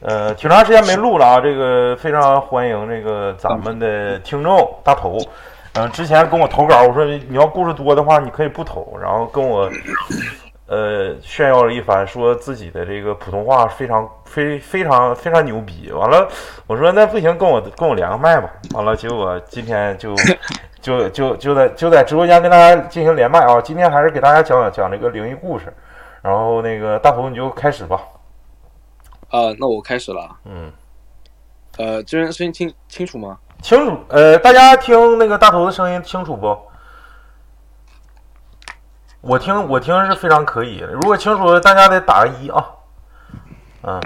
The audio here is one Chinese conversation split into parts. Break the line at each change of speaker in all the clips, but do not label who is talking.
呃，挺长时间没录了啊，这个非常欢迎这个咱们的听众大头。嗯、之前跟我投稿，我说你要故事多的话，你可以不投，然后跟我呃炫耀了一番，说自己的这个普通话非常非非常非常牛逼。完了，我说那不行，跟我跟我连个麦吧。完了，结果今天就就就就在就在直播间跟大家进行连麦啊。今天还是给大家讲讲这个灵异故事，然后那个大头你就开始吧。
啊，那我开始了啊。
嗯。
呃，这边声音清清楚吗？
清楚，呃，大家听那个大头的声音清楚不？我听我听是非常可以的，如果清楚，大家得打个一啊。嗯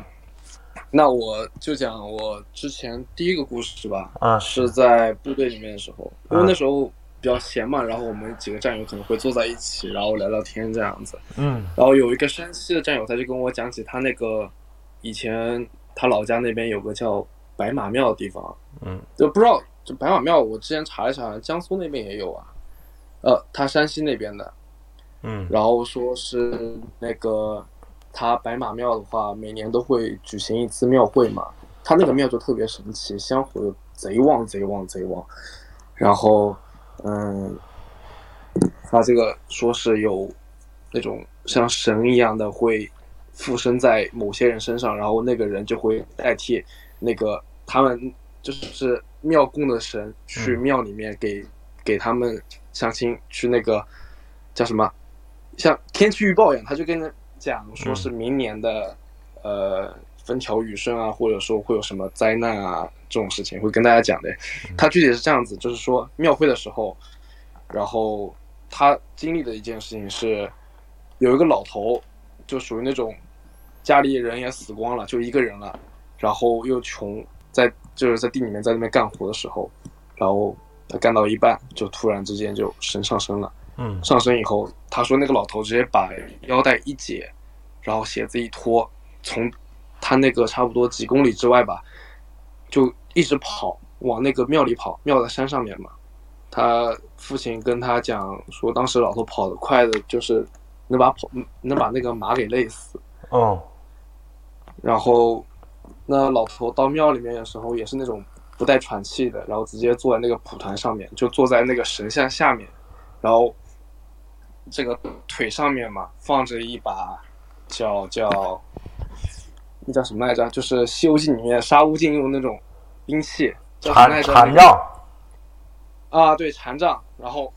那我就讲我之前第一个故事吧，
啊
是在部队里面的时候，因为
嗯
那时候比较闲嘛，然后我们几个战友可能会坐在一起，然后聊聊天这样子。
嗯
然后有一个山西的战友，他就跟我讲起他那个以前他老家那边有个叫白马庙的地方，
嗯，
就不知道就白马庙，我之前查了查，江苏那边也有啊，呃，他山西那边的，
嗯
然后说是那个他白马庙的话，每年都会举行一次庙会嘛，他那个庙就特别神奇，香火就贼旺贼旺贼旺，然后嗯，他这个说是有那种像神一样的会附身在某些人身上，然后那个人就会代替那个他们就是庙供的神去
嗯
庙里面给、给他们相亲去那个叫什么，像天气预报一样，他就跟你讲说是明年的、呃风调雨顺啊，或者说会有什么灾难啊这种事情会跟大家讲的。他具体是这样子，就是说庙会的时候，然后他经历的一件事情是，有一个老头，就属于那种家里人也死光了，就一个人了，然后又穷，在就是在地里面在那边干活的时候，然后他干到一半就突然之间就神上身了。
嗯
上身以后，他说那个老头直接把腰带一解，然后鞋子一脱，从他那个差不多几公里之外吧，就一直跑往那个庙里跑，庙在山上面嘛。他父亲跟他讲说，当时老头跑得快的，就是能把跑能把那个马给累死。
哦
然后那老头到庙里面的时候也是那种不带喘气的，然后直接坐在那个蒲团上面，就坐在那个神像下面，然后这个腿上面嘛放着一把叫叫那叫什么来着？就是《西游记》里面沙悟净用的那种兵器，叫什
禅
么来着？
禅杖，
啊，对禅杖，然后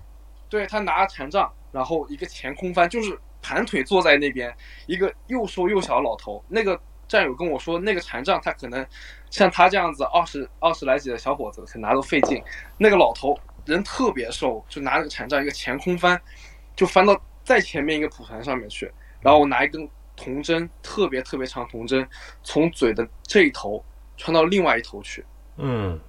对他拿禅杖，然后一个前空翻，就是盘腿坐在那边，一个又瘦又小的老头。那个战友跟我说，那个禅杖他可能像他这样子二十二十来几的小伙子，可拿都费劲。那个老头人特别瘦，就拿那个禅杖一个前空翻，就翻到再前面一个蒲团上面去，然后我拿一根铜针，特别特别长铜针，从嘴的这一头穿到另外一头去。
嗯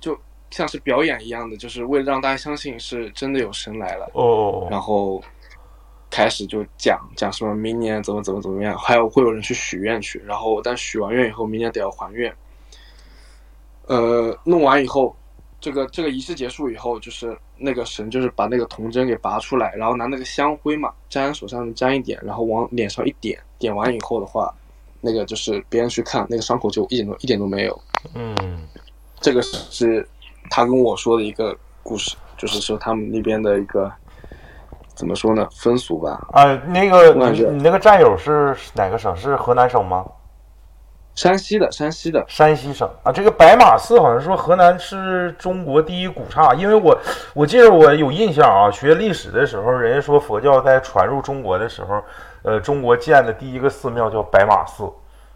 就像是表演一样的，就是为了让大家相信是真的有神来了，
哦哦
然
哦，
后开始就讲讲什么明年怎么怎么怎么样，还有会有人去许愿去，然后但许完愿以后，明年得要还愿。呃，弄完以后，这个这个仪式结束以后，就是那个神就是把那个铜针给拔出来，然后拿那个香灰嘛沾手上沾一点，然后往脸上一点，点完以后的话，那个就是别人去看那个伤口就一点都一点都没有。
嗯
这个是他跟我说的一个故事，就是说他们那边的一个怎么说呢风俗吧。
啊，那个
我感
你
觉
你那个战友是哪个省？是河南省吗？
山西的，山西的，
山西省啊，这个白马寺好像说河南是中国第一古刹，因为我我记得我有印象啊，学历史的时候，人家说佛教在传入中国的时候，呃，中国建的第一个寺庙叫白马寺，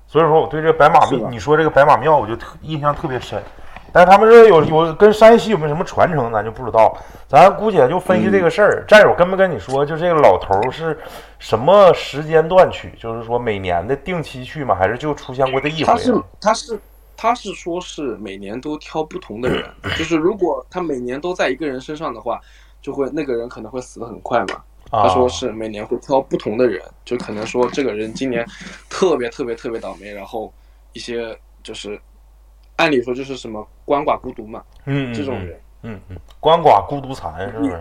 所以说我对这个白马
是吧
你说这个白马庙，我就特印象特别深。但是他们说有有跟山西有没有什么传承，咱就不知道。咱姑且就分析这个事儿。战友跟没跟你说，就这个老头儿是什么时间段去？就是说每年的定期去吗？还是就出现过这一回、
他
啊？
是他是他是说是每年都挑不同的人，
嗯
就是如果他每年都在一个人身上的话，就会那个人可能会死得很快嘛。
啊
他说是每年会挑不同的人，就可能说这个人今年特别特别特别倒霉，然后一些就是按理说就是什么鳏寡孤独嘛
嗯，
这种
嗯
人。
嗯嗯，鳏寡孤独残是不是？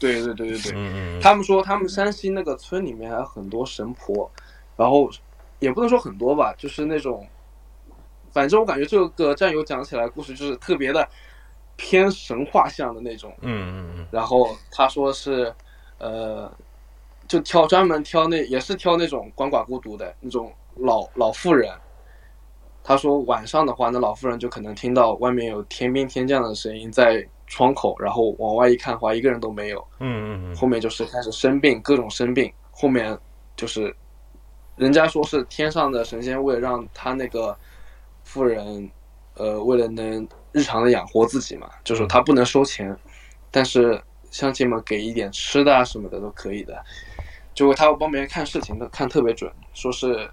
对对对对对，
嗯嗯
他们说他们山西那个村里面还有很多神婆，然后也不能说很多吧，就是那种反正我感觉这个战友讲起来故事就是特别的偏神话向的那种。
嗯嗯
然后他说是，呃，就挑专门挑那也是挑那种鳏寡孤独的那种老老妇人。他说晚上的话，那老妇人就可能听到外面有天兵天将的声音在窗口，然后往外一看的话，一个人都没有。
嗯嗯嗯
后
嗯，
面就是开始生病，各种生病。后面就是，人家说是天上的神仙为了让他那个富人，呃，为了能日常的养活自己嘛，就是他不能收钱，但是乡亲们给一点吃的啊什么的都可以的。结果他帮别人看事情的看特别准，说是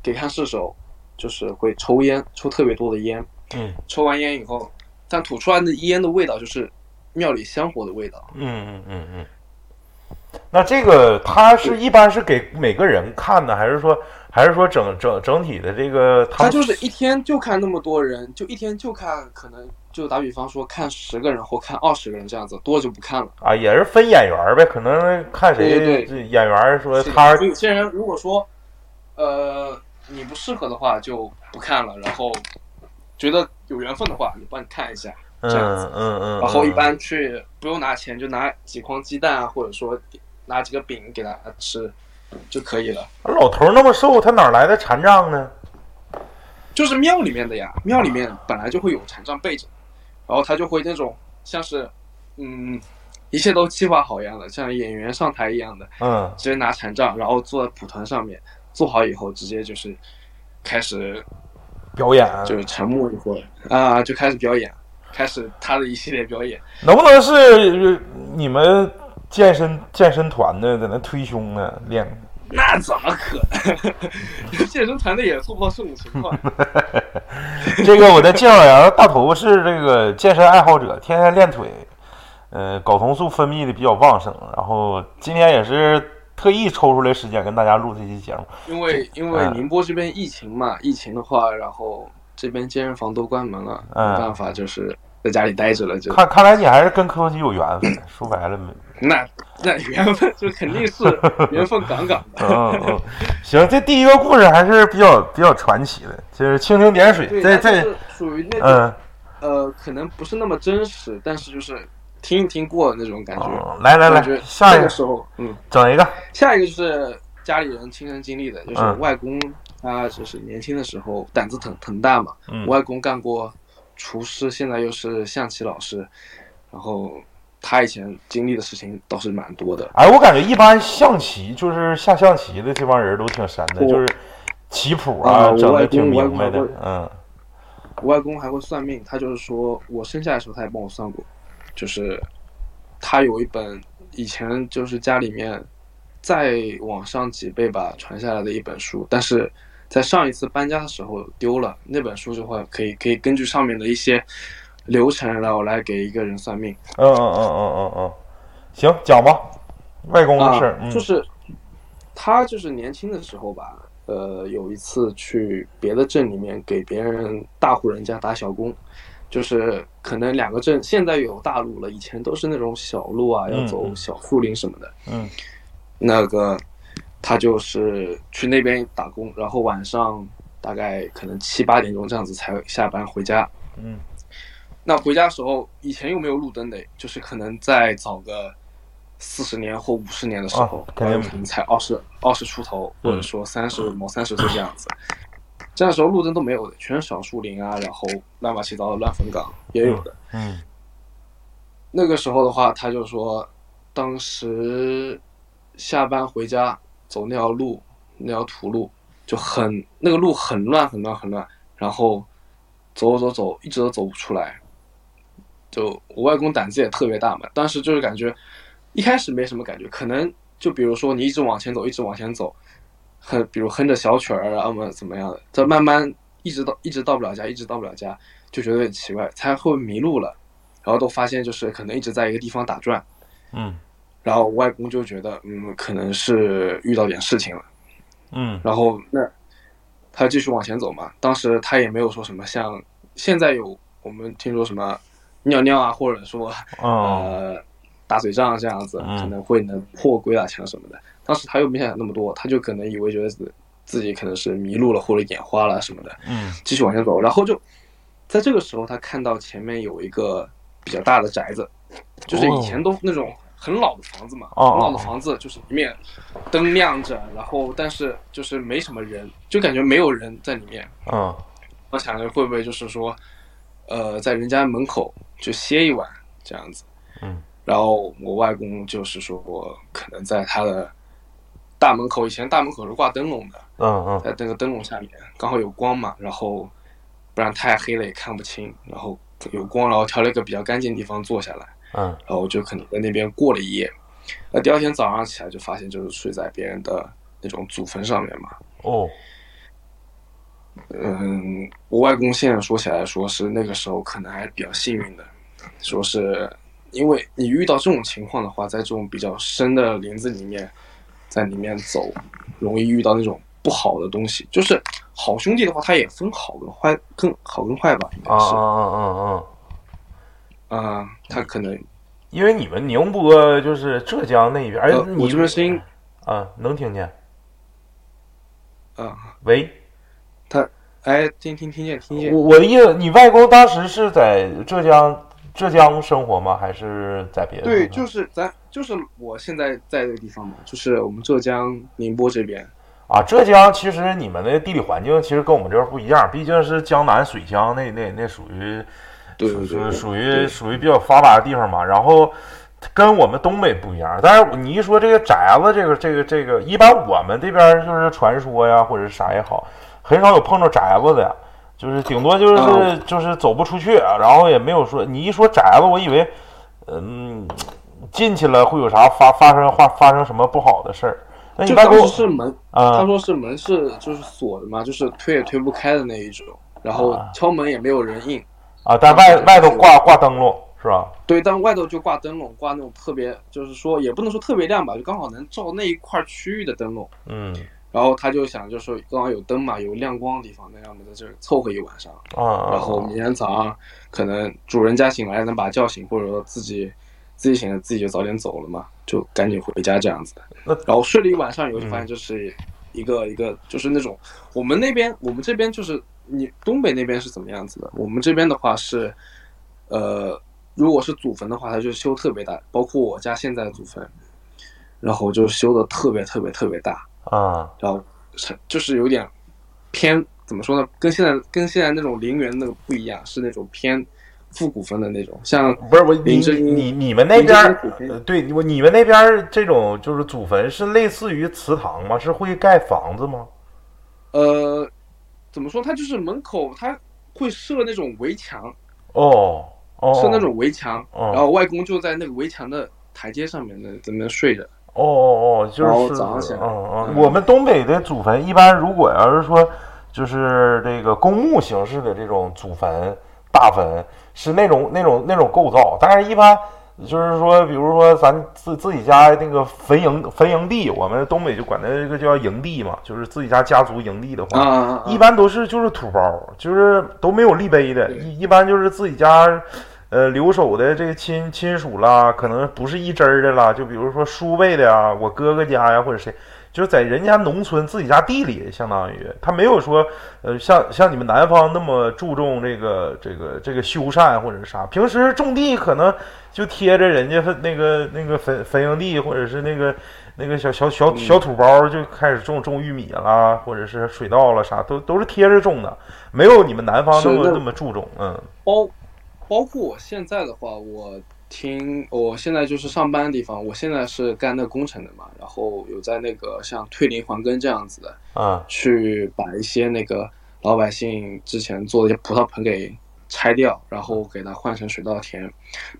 给看事手，就是会抽烟，抽特别多的烟。
嗯
抽完烟以后，但吐出来的烟的味道就是庙里香火的味道。
嗯嗯嗯嗯。那这个他是一般是给每个人看的，还是说还是说整整整体的这个他
他
们
就是一天就看那么多人，就一天就看，可能就打比方说看十个人或看二十个人这样子，多就不看了。
啊也是分演员呗，可能看
对
谁
对对
这演员说
是的
他
所以有些人如果说，呃，你不适合的话就不看了，然后觉得有缘分的话，你帮你看一下，
嗯
这样子
嗯嗯，
然后一
嗯
般去不用拿钱，就拿几筐鸡蛋啊，或者说拿几个饼给他吃就可以了。
老头儿那么瘦，他哪来的残障呢？
就是庙里面的呀，庙里面本来就会有禅杖背着，然后他就会那种像是，嗯，一切都计划好一样的，像演员上台一样的，
嗯
直接拿禅杖，然后坐在蒲团上面，坐好以后直接就是开始
表演
就是沉默一会儿啊，就开始表演，开始他的一系列表演。
能不能是呃你们健身健身团的在那推胸呢练？
那怎么可能？ 健身团队也做不到这种情况。
这个我再介绍一下，大头是这个健身爱好者，天天练腿，呃，睾酮素分泌的比较旺盛，然后今天也是特意抽出来时间跟大家录这期节目。
因为因为宁波这边疫情嘛，疫情的话，然后这边健身房都关门了，
嗯
没办法，就是在家里待着了，就
看看来你还是跟科技有缘分，说白了没？
那那缘分就肯定 是缘分杠杠的。
嗯嗯，行，这第一个故事还是比较比较传奇的，就是蜻蜓点水，
对，
这
它就
这
是属于那种
嗯。
呃，可能不是那么真实，但是就是听一听过那种感觉。
哦来来来
感觉，
下一
这
个
个时候，嗯，
整一个，
下一个就是家里人亲身经历的，就是
嗯
外公他就是年轻的时候胆子很很大嘛，
嗯
我外公干过厨师，现在又是象棋老师，然后他以前经历的事情倒是蛮多的。
哎，我感觉一般象棋就是下象棋的这帮人都挺神的，
我
就是棋谱
啊
啊，
我
整
外
的挺
公我外
明
公
白的
还会，
嗯
我外公还会算命，他就是说我生下来的时候他也帮我算过，就是他有一本以前就是家里面再往上几辈吧传下来的一本书，但是在上一次搬家的时候丢了那本书的话，可以可以根据上面的一些流程，然后来给一个人算命。
嗯嗯嗯嗯嗯嗯，行，讲吧，外公的事儿，
啊，
嗯
就是他就是年轻的时候吧，呃，有一次去别的镇里面给别人大户人家打小工，就是可能两个镇现在有大路了，以前都是那种小路啊，
嗯
要走小树林什么的。
嗯
那个他就是去那边打工，然后晚上大概可能七八点钟这样子才下班回家。
嗯
那回家的时候，以前又没有路灯的，就是可能再早个四十年或五十年的时候
啊，肯定
我可能才二十二十出头，
嗯
或者说三十某三十岁这样子。这样的时候路灯都没有的，全是小树林啊，然后乱八七糟的乱坟岗也有的。
嗯
那个时候的话，他就说，当时下班回家走那条路，那条土路就很那个路很乱很乱很乱，然后走走走，一直都走不出来。就我外公胆子也特别大嘛，当时就是感觉一开始没什么感觉，可能就比如说你一直往前走，一直往前走，哼，比如哼着小曲儿啊，么怎么样的，再慢慢一直到一直到不了家，一直到不了家，就觉得有点奇怪，才会迷路了。然后都发现就是可能一直在一个地方打转，
嗯
然后我外公就觉得嗯可能是遇到点事情了，
嗯
然后那他继续往前走嘛，当时他也没有说什么像现在有我们听说什么尿尿啊，或者说
嗯
呃打嘴仗这样子，
嗯
可能会能破鬼打墙什么的，当时他又没想那么多，他就可能以为觉得自己可能是迷路了或者眼花了什么的，
嗯
继续往前走。然后就在这个时候，他看到前面有一个比较大的宅子，就是以前都那种很老的房子嘛，
哦
很老的房子就是里面灯亮着，然后但是就是没什么人，就感觉没有人在里面。
嗯
我想着会不会就是说，呃，在人家门口就歇一晚这样子。
嗯。
然后我外公就是说，我可能在他的大门口，以前大门口是挂灯笼的，
嗯嗯
呃在那个灯笼下面刚好有光嘛，然后不然太黑了也看不清，然后有光，然后挑了一个比较干净的地方坐下来，
嗯
然后就可能在那边过了一夜。那第二天早上起来就发现就是睡在别人的那种祖坟上面嘛，
哦
嗯，我外公现在说起来，说是那个时候可能还是比较幸运的，说是因为你遇到这种情况的话，在这种比较深的林子里面，在里面走，容易遇到那种不好的东西。就是好兄弟的话，他也分好跟坏，更好跟坏吧，应
啊
该
啊
是。
啊啊啊！
啊、他可能
因为你们宁波就是浙江那边，哎
呃，
你
我这边声音
啊能听见？
啊、
喂，
哎，听听听见听见
我，我的意思，你外公当时是在浙江浙江生活吗？还是在别的地方？
对，就是咱就是我现在在这个地方嘛，就是我们浙江宁波这边，
啊，浙江其实你们的地理环境其实跟我们这边不一样，毕竟是江南水乡，那那那属于
对
属
对对
属
对，
属于属于比较发达的地方嘛。然后跟我们东北不一样，但是你一说这个宅子，这个这个这个，一般我们这边就是传说呀，或者是啥也好，很少有碰着宅子的呀，就是顶多就是、
嗯
就是走不出去，啊然后也没有说你一说宅子，我以为嗯进去了会有啥发发生发发生什么不好的事儿。那你
就
外
当
公
时是门
啊
他说是门是就是锁的嘛，就是推也推不开的那一种，然后
啊
敲门也没有人应。
啊，但外外头挂挂灯笼是吧？
对，但外头就挂灯笼，挂那种特别，就是说也不能说特别亮吧，就刚好能照那一块区域的灯笼。
嗯
然后他就想，就说刚好有灯嘛，有亮光的地方，那让我们在这儿凑合一晚上。
啊啊，
然后明天早上可能主人家醒来能把他叫醒，或者说自己自己醒了自己就早点走了嘛，就赶紧回家这样子的
那。
然后睡了一晚上以后，就
嗯
发现就是一个一个就是那种我们那边我们这边就是你东北那边是怎么样子的？我们这边的话是，呃，如果是祖坟的话，它就修特别大，包括我家现在的祖坟，然后就修的特别特别特别大，
啊
然后是就是有点偏怎么说呢？跟现在跟现在那种陵园那个不一样，是那种偏复古风的那种，像
不是我你
林志
你
玲
你你们那
林志
边
玲
儿
古坟
呃对，我你们那边儿这种就是祖坟是类似于祠堂吗？是会盖房子吗？
呃怎么说？它就是门口它会设那种围墙，
哦哦，
设那种围墙，
哦
然后外公就在那个围墙的台阶上面那在那睡着。
哦哦哦，就
然后
是
早上起来
嗯嗯，
嗯
我们东北的祖坟一般如果要是说就是这个公墓形式的这种祖坟大坟是那种那种那种构造，但是一般就是说，比如说咱自自己家那个坟营坟营地，我们东北就管那个叫营地嘛，就是自己家家族营地的话，
啊，
一般都是就是土包，就是都没有立碑的，
对
一一般就是自己家，呃，留守的这个亲亲属啦，可能不是一支儿的啦，就比如说叔辈的呀，我哥哥家呀，或者谁，就是在人家农村自己家地里，相当于他没有说，呃，像像你们南方那么注重这个这个这个修缮或者是啥，平时种地可能就贴着人家坟那个那个坟坟营地或者是那个那个小小
嗯
小小土包就开始种种玉米啦，或者是水稻了啥，都都是贴着种的，没有你们南方那
是
么
那
那么注重。嗯
包包括我现在的话，我听我现在就是上班的地方，我现在是干那个工程的嘛，然后有在那个像退林还耕这样子的，
啊
去把一些那个老百姓之前做的一些葡萄盆给拆掉，然后给它换成水稻田，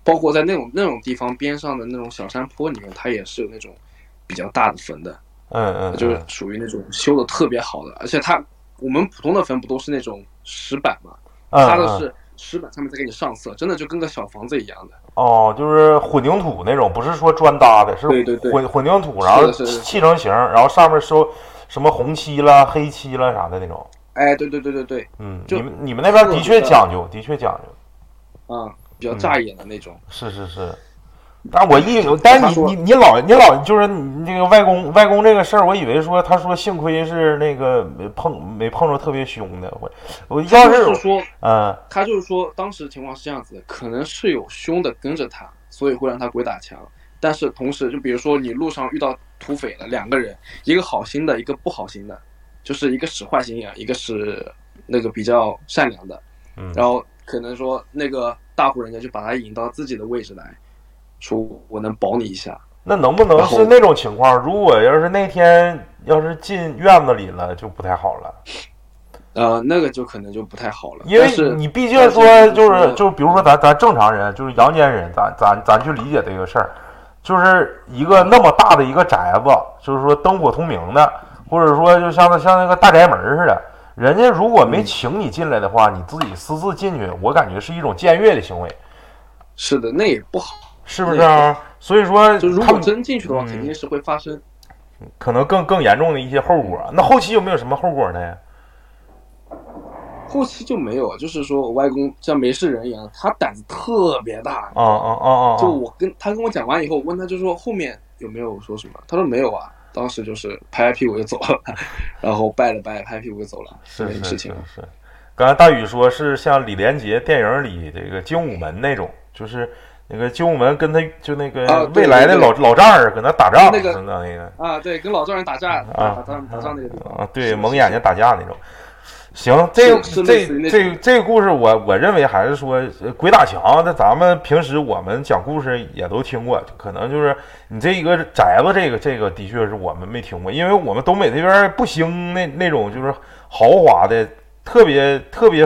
包括在那种那种地方边上的那种小山坡里面，它也是有那种比较大的坟的，
嗯嗯，
就是属于那种修的特别好的，而且它我们普通的坟不都是那种石板嘛，它
他
的是石板上面再给你上色，真的就跟个小房子一样的。
哦，就是混凝土那种，不是说砖搭的，是
对对对
混混凝土，然后
是的是的
砌成型，然后上面收什么红漆啦、黑漆啦啥的那种。
哎，对对对对对，
嗯，
就
你们你们那边
这个
的
我
确
觉得
讲究，的确讲究，
啊、比较扎眼的那种。
是是是，但我一，但是你你你老你老就是你那个外公外公这个事儿，我以为说他说幸亏是那个没碰没碰着特别凶的，我我要
是说，
嗯，
他就是说当时情况是这样子的，可能是有凶的跟着他，所以会让他鬼打墙。但是同时，就比如说你路上遇到土匪了，两个人，一个好心的，一个不好心的，就是一个使坏心眼，一个是那个比较善良的，
嗯
然后可能说那个大户人家就把他引到自己的位置来，说我能保你一下，
那能不能
然后
是那种情况？如果要是那天要是进院子里了，就不太好了，
呃，那个就可能就不太好了。
因为
但是
你毕竟说
但是
就
你
是
说
就比如说咱咱正常人，就是阳间人，咱咱咱去理解这个事儿，就是一个那么大的一个宅子，就是说灯火通明的，或者说就像那像那个大宅门似的，人家如果
嗯
没请你进来的话，你自己私自进去，我感觉是一种僭越的行为，
是的，那也不好。
是不是啊？所以说
就如
他
果
们
真进去的话，
嗯
肯定是会发生。
可能更更严重的一些后果。那后期有没有什么后果呢？
后期就没有，就是说我外公像没事人一样，他胆子特别大。
啊啊啊啊！啊
就我跟他跟我讲完以后，我问他就说后面有没有说什么，他说没有啊。当时就是拍拍屁股就走了， 然后拜了拜，拍屁股就走了，
是
没
是
事
是
情。
是。刚才大宇说是像李连杰电影里这个精武门那种，就是那个精武门跟他就那
啊
个
对
未来的
对
老老丈人搁那打仗
那个
似的那个
啊，对，跟老丈人打架，
啊
打仗打仗那个地方
啊，
是
对，
的
蒙
是
眼睛打架那种。行，这个
是类似于
这
那
这这个故事我，我认为还是说呃鬼打墙。那咱们平时我们讲故事也都听过，可能就是你这一个宅子，这个这个的确是我们没听过，因为我们东北这边不兴那那种就是豪华的，特别特别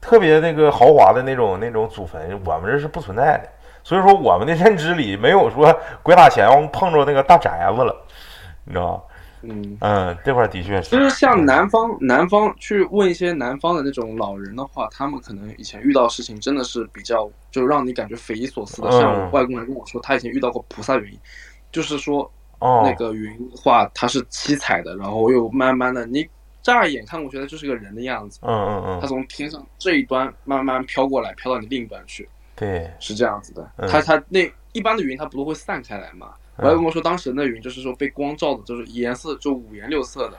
特别那个豪华的那种那种祖坟，我们这是不存在的。所以说我们的认知里没有说鬼打墙碰着那个大宅子了，你知道吧？
嗯，
嗯，这块儿的确。
就是是像南方南方去问一些南方的那种老人的话，他们可能以前遇到事情真的是比较就让你感觉匪夷所思的。
嗯
像我外公来跟我说，他以前遇到过菩萨云，就是说
哦，
那个云的话它是七彩的，然后又慢慢的，你乍一眼看过去它就是个人的样子，
嗯嗯
它
嗯，
从天上这一端慢慢飘过来，飘到你另一端去，
对，
是这样子的
嗯。
它它那一般的云它不都会散开来嘛？
嗯
我外公说当时那云就是说被光照的，就是颜色就五颜六色的，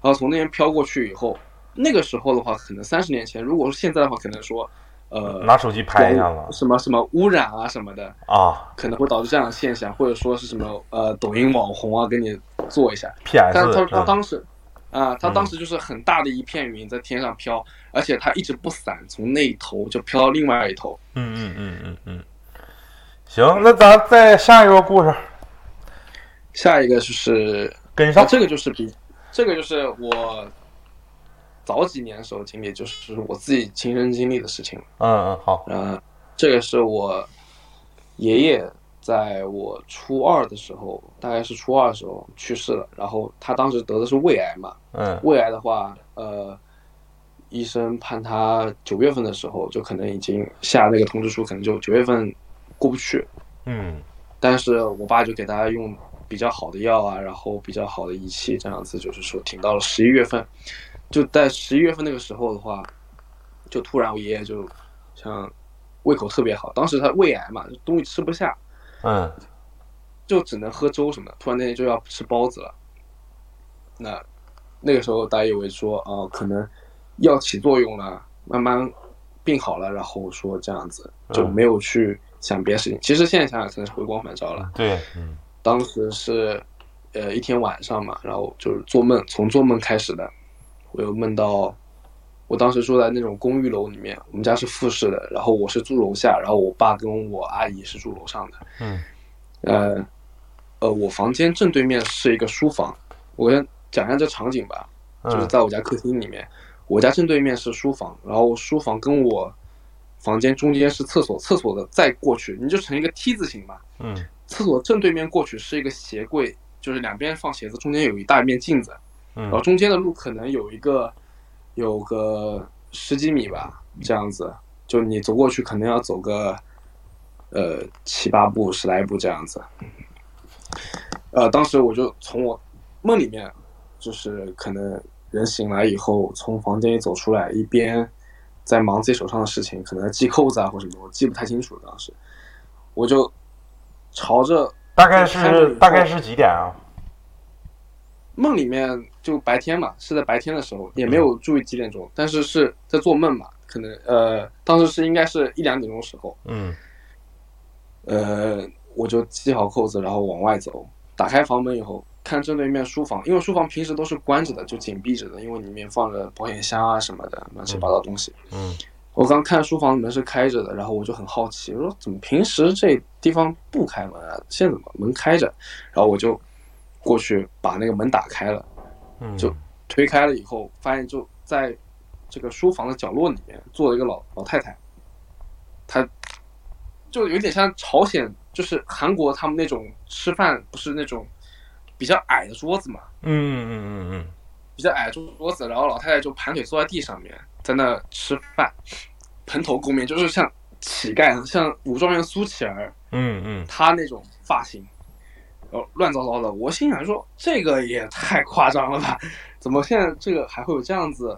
然后从那边飘过去以后，那个时候的话，可能三十年前，如果是现在的话，可能说，呃，
拿手机拍一下子
什么什么污染啊什么的，
啊
可能会导致这样的现象，或者说是什么呃抖音网红啊给你做一下。
，PS，
但是他
嗯
他当时，啊、他当时就是很大的一片云在天上飘，而且它一直不散，从那一头就飘到另外一头。
嗯嗯嗯嗯嗯，行，那咱再下一个故事
下一个就是，
跟
那
上，
这个就是比，这个就是我早几年的时候经历，就是我自己亲身经历的事情。
嗯嗯好，
呃，这个是我爷爷在我初二的时候，大概是初二的时候去世了，然后他当时得的是胃癌嘛，
嗯
胃癌的话，呃，医生判他九月份的时候就可能已经下那个通知书，可能就九月份过不去。
嗯
但是我爸就给大家用比较好的药啊，然后比较好的仪器，这样子就是说挺到了十一月份，就在十一月份那个时候的话，就突然我爷爷就像胃口特别好，当时他胃癌嘛，就东西吃不下，
嗯
就只能喝粥什么的，突然间就要吃包子了。那那个时候大家以为说，哦、可能药起作用了，慢慢病好了，然后说这样子就没有去想别的事情。其实现在想想可能是回光返照了。
对，嗯
当时是，呃，一天晚上嘛，然后就是做梦，从做梦开始的。我又梦到，我当时住在那种公寓楼里面，我们家是复式的，然后我是住楼下，然后我爸跟我阿姨是住楼上的。
嗯
呃，呃，我房间正对面是一个书房。我先讲一下这场景吧，就是
嗯
在我家客厅里面，我家正对面是书房，然后书房跟我房间中间是厕所，厕所的再过去你就成一个 T 字形嘛。
嗯
厕所正对面过去是一个鞋柜，就是两边放鞋子，中间有一大面镜子，然后
嗯
中间的路可能有一个有个十几米吧，这样子，就你走过去可能要走个呃七八步、十来步这样子。呃，当时我就从我梦里面，就是可能人醒来以后，从房间里走出来，一边在忙自己手上的事情，可能系扣子啊或什么，我记不太清楚了当时。我就朝着
大概
开了以
是
后
大概是几点啊？
梦里面就白天嘛，是在白天的时候，也没有注意几点钟，但是是在做梦嘛，可能呃，当时是应该是一两点钟时候，
嗯
呃，我就系好扣子，然后往外走，打开房门以后，看正对面书房，因为书房平时都是关着的，就紧闭着的，因为里面放着保险箱啊什么的，乱七八糟东西。
嗯
我刚看书房门是开着的，然后我就很好奇，我说怎么平时这地方不开门啊？现在怎么门开着？然后我就过去把那个门打开了，
嗯，
就推开了以后，发现就在这个书房的角落里面坐了一个老老太太，她就有点像朝鲜，就是韩国他们那种吃饭不是那种比较矮的桌子嘛，
嗯嗯嗯嗯
比较矮的桌子，然后老太太就盘腿坐在地上面，在那吃饭，蓬头垢面，就是像乞丐，像武状元苏乞儿
嗯嗯
她那种发型，然后乱糟糟的。我心想说，这个也太夸张了吧？怎么现在这个还会有这样子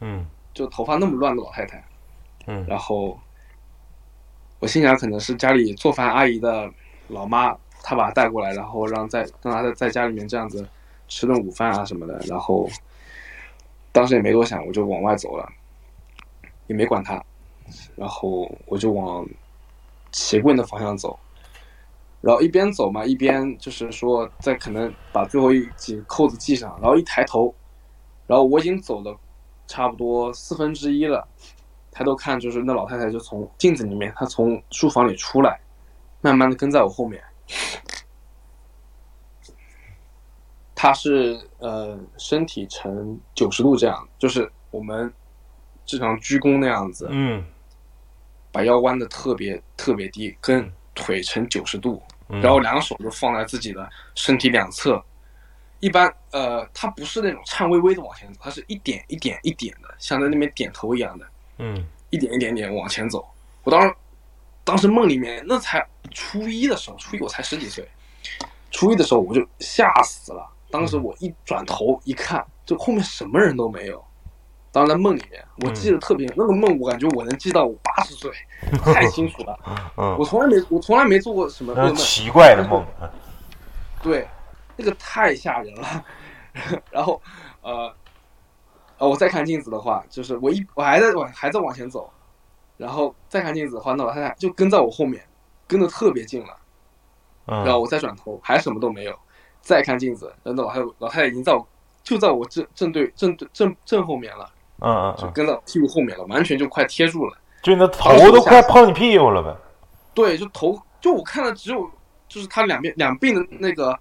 嗯
就头发那么乱的老太太？
嗯嗯
然后我心想，可能是家里做饭阿姨的老妈，她把她带过来，然后让在让她在在家里面这样子吃顿午饭啊什么的。然后当时也没多想，我就往外走了，也没管她。然后我就往鞋柜的方向走，然后一边走嘛，一边就是说在可能把最后一几扣子系上，然后一抬头，然后我已经走了差不多四分之一了，抬头看就是那老太太就从镜子里面，她从书房里出来，慢慢的跟在我后面。她是呃身体呈九十度这样，就是我们正常鞠躬那样子，
嗯
把腰弯的特别特别低，跟腿呈九十度，
嗯，
然后两手就放在自己的身体两侧。一般呃，他不是那种颤巍巍的往前走，他是一点一点一点的，像在那边点头一样的，
嗯
一点一点点往前走。我当时当时梦里面那才初一的时候，初一我才十几岁，初一的时候我就吓死了。当时我一转头一看，就后面什么人都没有。当然梦里面我记得特别，那个梦我感觉我能记到我八十岁，太清楚了。
嗯
我，从来没我从来没做过什么
那
噩
是
梦，
奇怪的梦，
对，那个太吓人了。 然后呃，呃，我再看镜子的话，就是我一我还在往还在往前走，然后再看镜子的话，那老太太就跟在我后面，跟的特别近了。
嗯
然后我再转头，还什么都没有。再看镜子，那老太老太太已经在我就在我正正对正对正正后面了，
嗯嗯
就
嗯，
跟在我屁股后面了，完全就快贴住了。
就你的头都快碰你屁股了呗。
对，就头，就我看的只有就是他两边两鬓的那个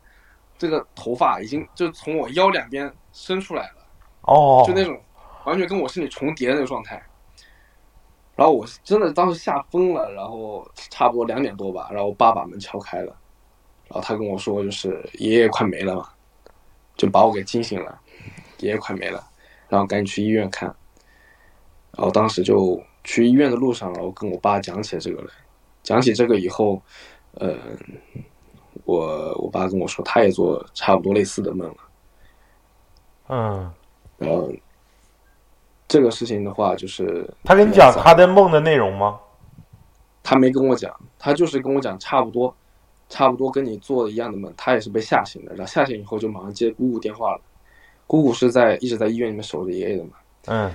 这个头发已经就从我腰两边伸出来了，
哦，
就那种完全跟我身体重叠的那个状态。然后我是真的当时吓疯了，然后差不多两点多吧，然后我爸把门敲开了，然后他跟我说就是爷爷快没了嘛，就把我给惊醒了，爷爷快没了，然后赶紧去医院看。然后当时就去医院的路上，然后跟我爸讲起这个来，讲起这个以后，呃，我我爸跟我说他也做差不多类似的梦了。
嗯，
然后这个事情的话，就是呃
他跟你讲他的梦的内容吗？
他没跟我讲，他就是跟我讲差不多，差不多跟你做的一样的梦，他也是被吓醒的。然后吓醒以后就马上接姑姑电话了，姑姑是在一直在医院里面守着爷爷的嘛，
嗯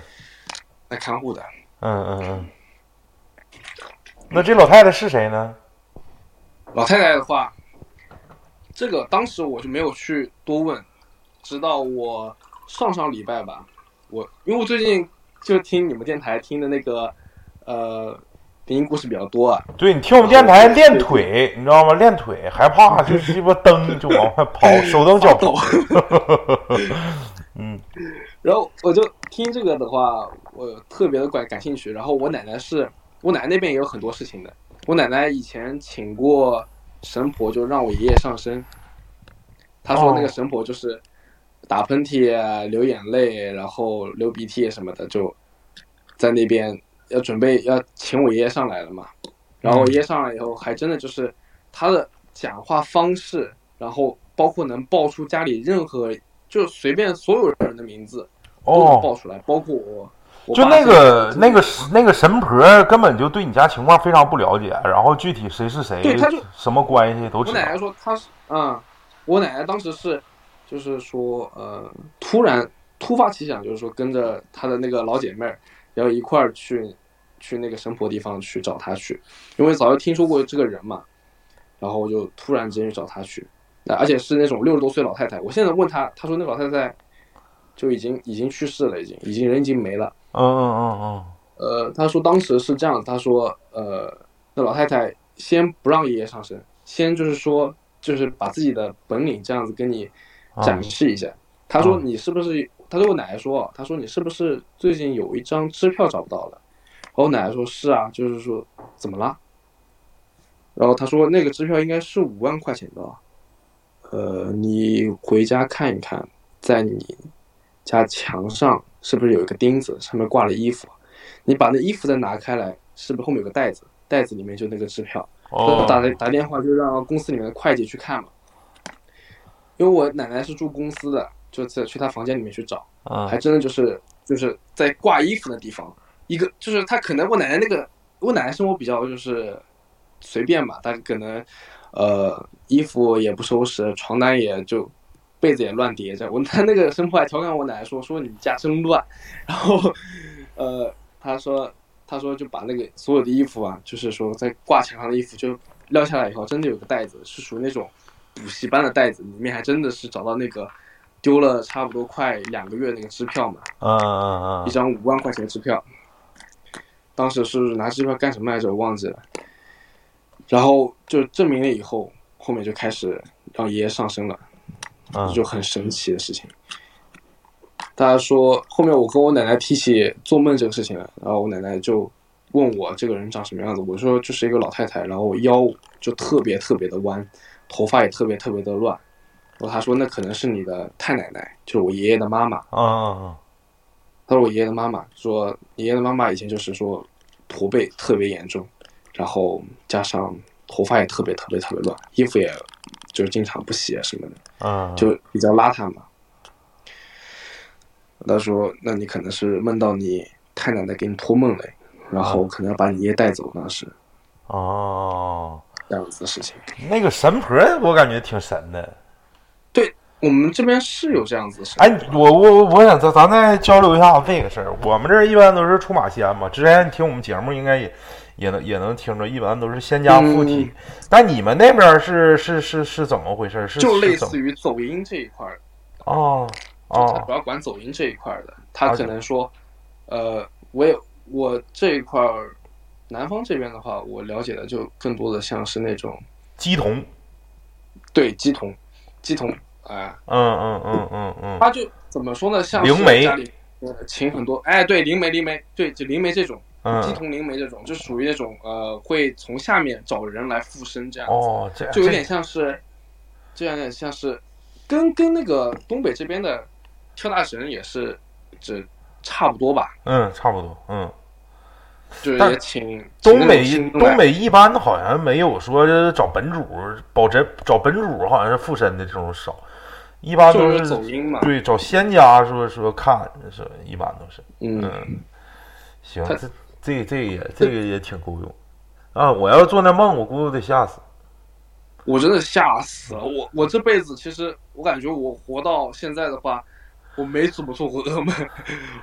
在看护的。
嗯嗯嗯。那这老太太是谁呢？
老太太的话，这个当时我就没有去多问，直到我上上礼拜吧，我因为我最近就听你们电台听的那个，呃，灵异故事比较多啊，
对你听我们电台练腿，你知道吗？练腿害 怕就鸡巴蹬就往外跑，手蹬脚跑。嗯
然后我就听这个的话，我特别的感感兴趣。然后我奶奶是我奶奶那边也有很多事情的。我奶奶以前请过神婆，就让我爷爷上身。她说那个
哦
神婆就是打喷嚏、流眼泪，然后流鼻涕什么的，就在那边要准备要请我爷爷上来了嘛。然后我爷爷上来以后，还真的就是他的讲话方式，然后包括能报出家里任何就随便所有人的名字，都能
哦
报出来，包括我我
就
爸
那个
是
那个那个神婆根本就对你家情况非常不了解，然后具体谁是谁
对他就，
什么关系都
我
知道
奶。奶说她是，嗯，我奶奶当时是，就是说，呃，突然突发奇想，就是说跟着她的那个老姐妹儿，然后一块儿去去那个神婆地方去找她去，因为早就听说过这个人嘛，然后我就突然之间去找她去，那而且是那种六十多岁老太太，我现在问她，她说那老太太就已经已经去世了，已经已经人已经没了。
嗯嗯嗯嗯，
呃，他说当时是这样，他说，呃，那老太太先不让爷爷上身，先就是说，就是把自己的本领这样子跟你展示一下。他说
嗯
你是不是？他对我奶奶说，他说你是不是最近有一张支票找不到了？然后我奶奶说是啊，就是说怎么啦？然后他说那个支票应该是五万块钱的哦，呃，你回家看一看，在你家墙上是不是有一个钉子，上面挂了衣服？你把那衣服再拿开来，是不是后面有个袋子？袋子里面就那个支票。
哦，
打打电话就让公司里面的会计去看嘛。因为我奶奶是住公司的，就在去她房间里面去找，还
嗯
真的就是就是在挂衣服的地方，一个就是她可能我奶奶那个我奶奶生活比较就是随便吧，她可能呃衣服也不收拾，床单也就被子也乱叠着。我她那个生活还调侃我奶奶说说你家真乱， 然后呃她说她说就把那个所有的衣服啊，就是说在挂墙上的衣服就撂下来以后，真的有个袋子是属于那种补习班的袋子，里面还真的是找到那个。丢了差不多快两个月那个支票嘛，
嗯嗯
一
嗯，
张五万块钱的支票。当时是拿支票干什么来着？我忘记了。然后就证明了以后，后面就开始让爷爷上身了，
嗯
就很神奇的事情。大家说后面我跟我奶奶提起做梦这个事情了，然后我奶奶就问我这个人长什么样子，我说就是一个老太太，然后我腰就特别特别的弯，头发也特别特别的乱。然后她说那可能是你的太奶奶，就是我爷爷的妈妈。
嗯
他说我爷爷的妈妈说，爷爷的妈妈以前就是说驼背特别严重，然后加上头发也特别特别特别乱，衣服也就是经常不洗啊什么的，
嗯，
就比较邋遢嘛。他说，那你可能是梦到你太奶奶给你托梦了，然后可能要把你爷带走，那是
哦，
这样子的事情。
那个神婆我感觉挺神的。
对我们这边是有这样子的事，
哎，我我我想咱咱再交流一下这个事儿。我们这儿一般都是出马仙嘛，之前你听我们节目应该也也能也能听着，一般都是仙家附体。
嗯
但你们那边儿是是是是怎么回事？是
就是类
怎么
似于走音这一块儿
哦
他
哦
主要管走音这一块儿的，他
了
可
解
能说，呃，我也我这一块儿，南方这边的话，我了解的就更多的像是那种
鸡童，
对鸡童，鸡童啊，
嗯嗯嗯嗯嗯，
他就怎么说呢，像是
灵媒
家里呃请很多，哎，对灵媒灵媒，对就灵媒这种
嗯
鸡童灵媒这种，就属于那种呃会从下面找人来附身这样子，
哦，这
就有点
这
像是，就有点像是，跟跟那个东北这边的跳大神也是，只差不多吧，
嗯，差不多，嗯。
就是
但
也请
东北
请那种
东北一般好像没有说找本主保真找本主好像是附身的这种少，一般都
就是
是
走音嘛
对，找仙家说说看，是一般都是。
嗯，
行，
他
这这这也这个也挺够用啊！我要做那梦，我估计得吓死。
我真的吓死了，我我这辈子其实我感觉我活到现在的话，我没怎么做过噩梦，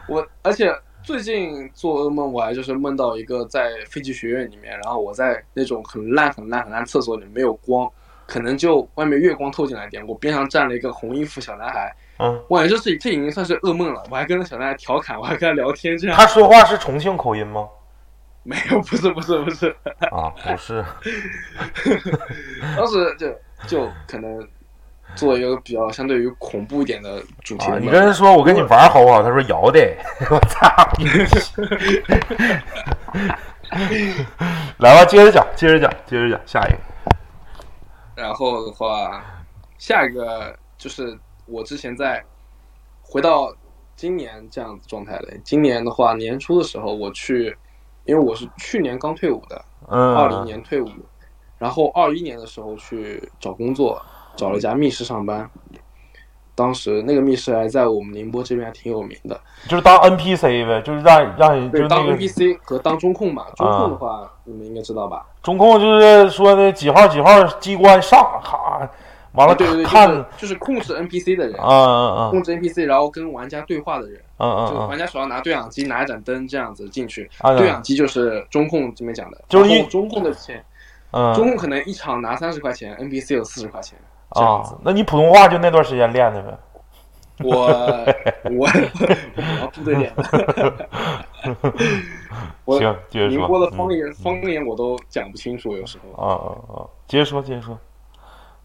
我而且最近做噩梦我还就是梦到一个在飞机学院里面，然后我在那种很烂很烂很烂厕所里没有光。可能就外面月光透进来一点，我边上站了一个红衣服小男孩，
嗯，
哇，这是这已经算是噩梦了。我还跟那小男孩调侃，我还跟他聊天，这样
他说话是重庆口音吗？
没有，不是不是不是，
啊，不是，
当时就就可能做一个比较相对于恐怖一点的主题
啊，
的
你
梦、
跟人说我跟你玩好不好？他说摇的， 我操！来吧，接着讲，接着讲，接着讲，下一个。
然后的话，下一个就是我之前在回到今年这样子状态了。今年的话，年初的时候我去，因为我是去年刚退伍的，
嗯，
二零年退伍，然后二一年的时候去找工作，找了一家密室上班。当时那个密室还在我们宁波这边还挺有名的，
就是当 NPC 呗，就是让让你就
对，
是
当
那个
NPC 和当中控嘛，中控的话、你们应该知道吧？
中控就是说的几号几号机关上，咔，完了
对对对，
看
就是就是控制 NPC 的人，
啊啊啊
控制 NPC，然后跟玩家对话的人，
啊
就
啊
玩家手上拿对讲机，拿一盏灯这样子进去。
啊！
对讲机就是中控这边讲的，
就是一
然后中控的钱，
嗯
中控可能一场拿三十块钱，NPC 有四十块钱这样 子
啊。，那你普通话就那段时间练的呗？
我我 我要部 队脸， 我
行，接着
宁
说。
波的方
嗯
言方言我都讲不清楚，有时候。
啊啊啊！接着说，接着说。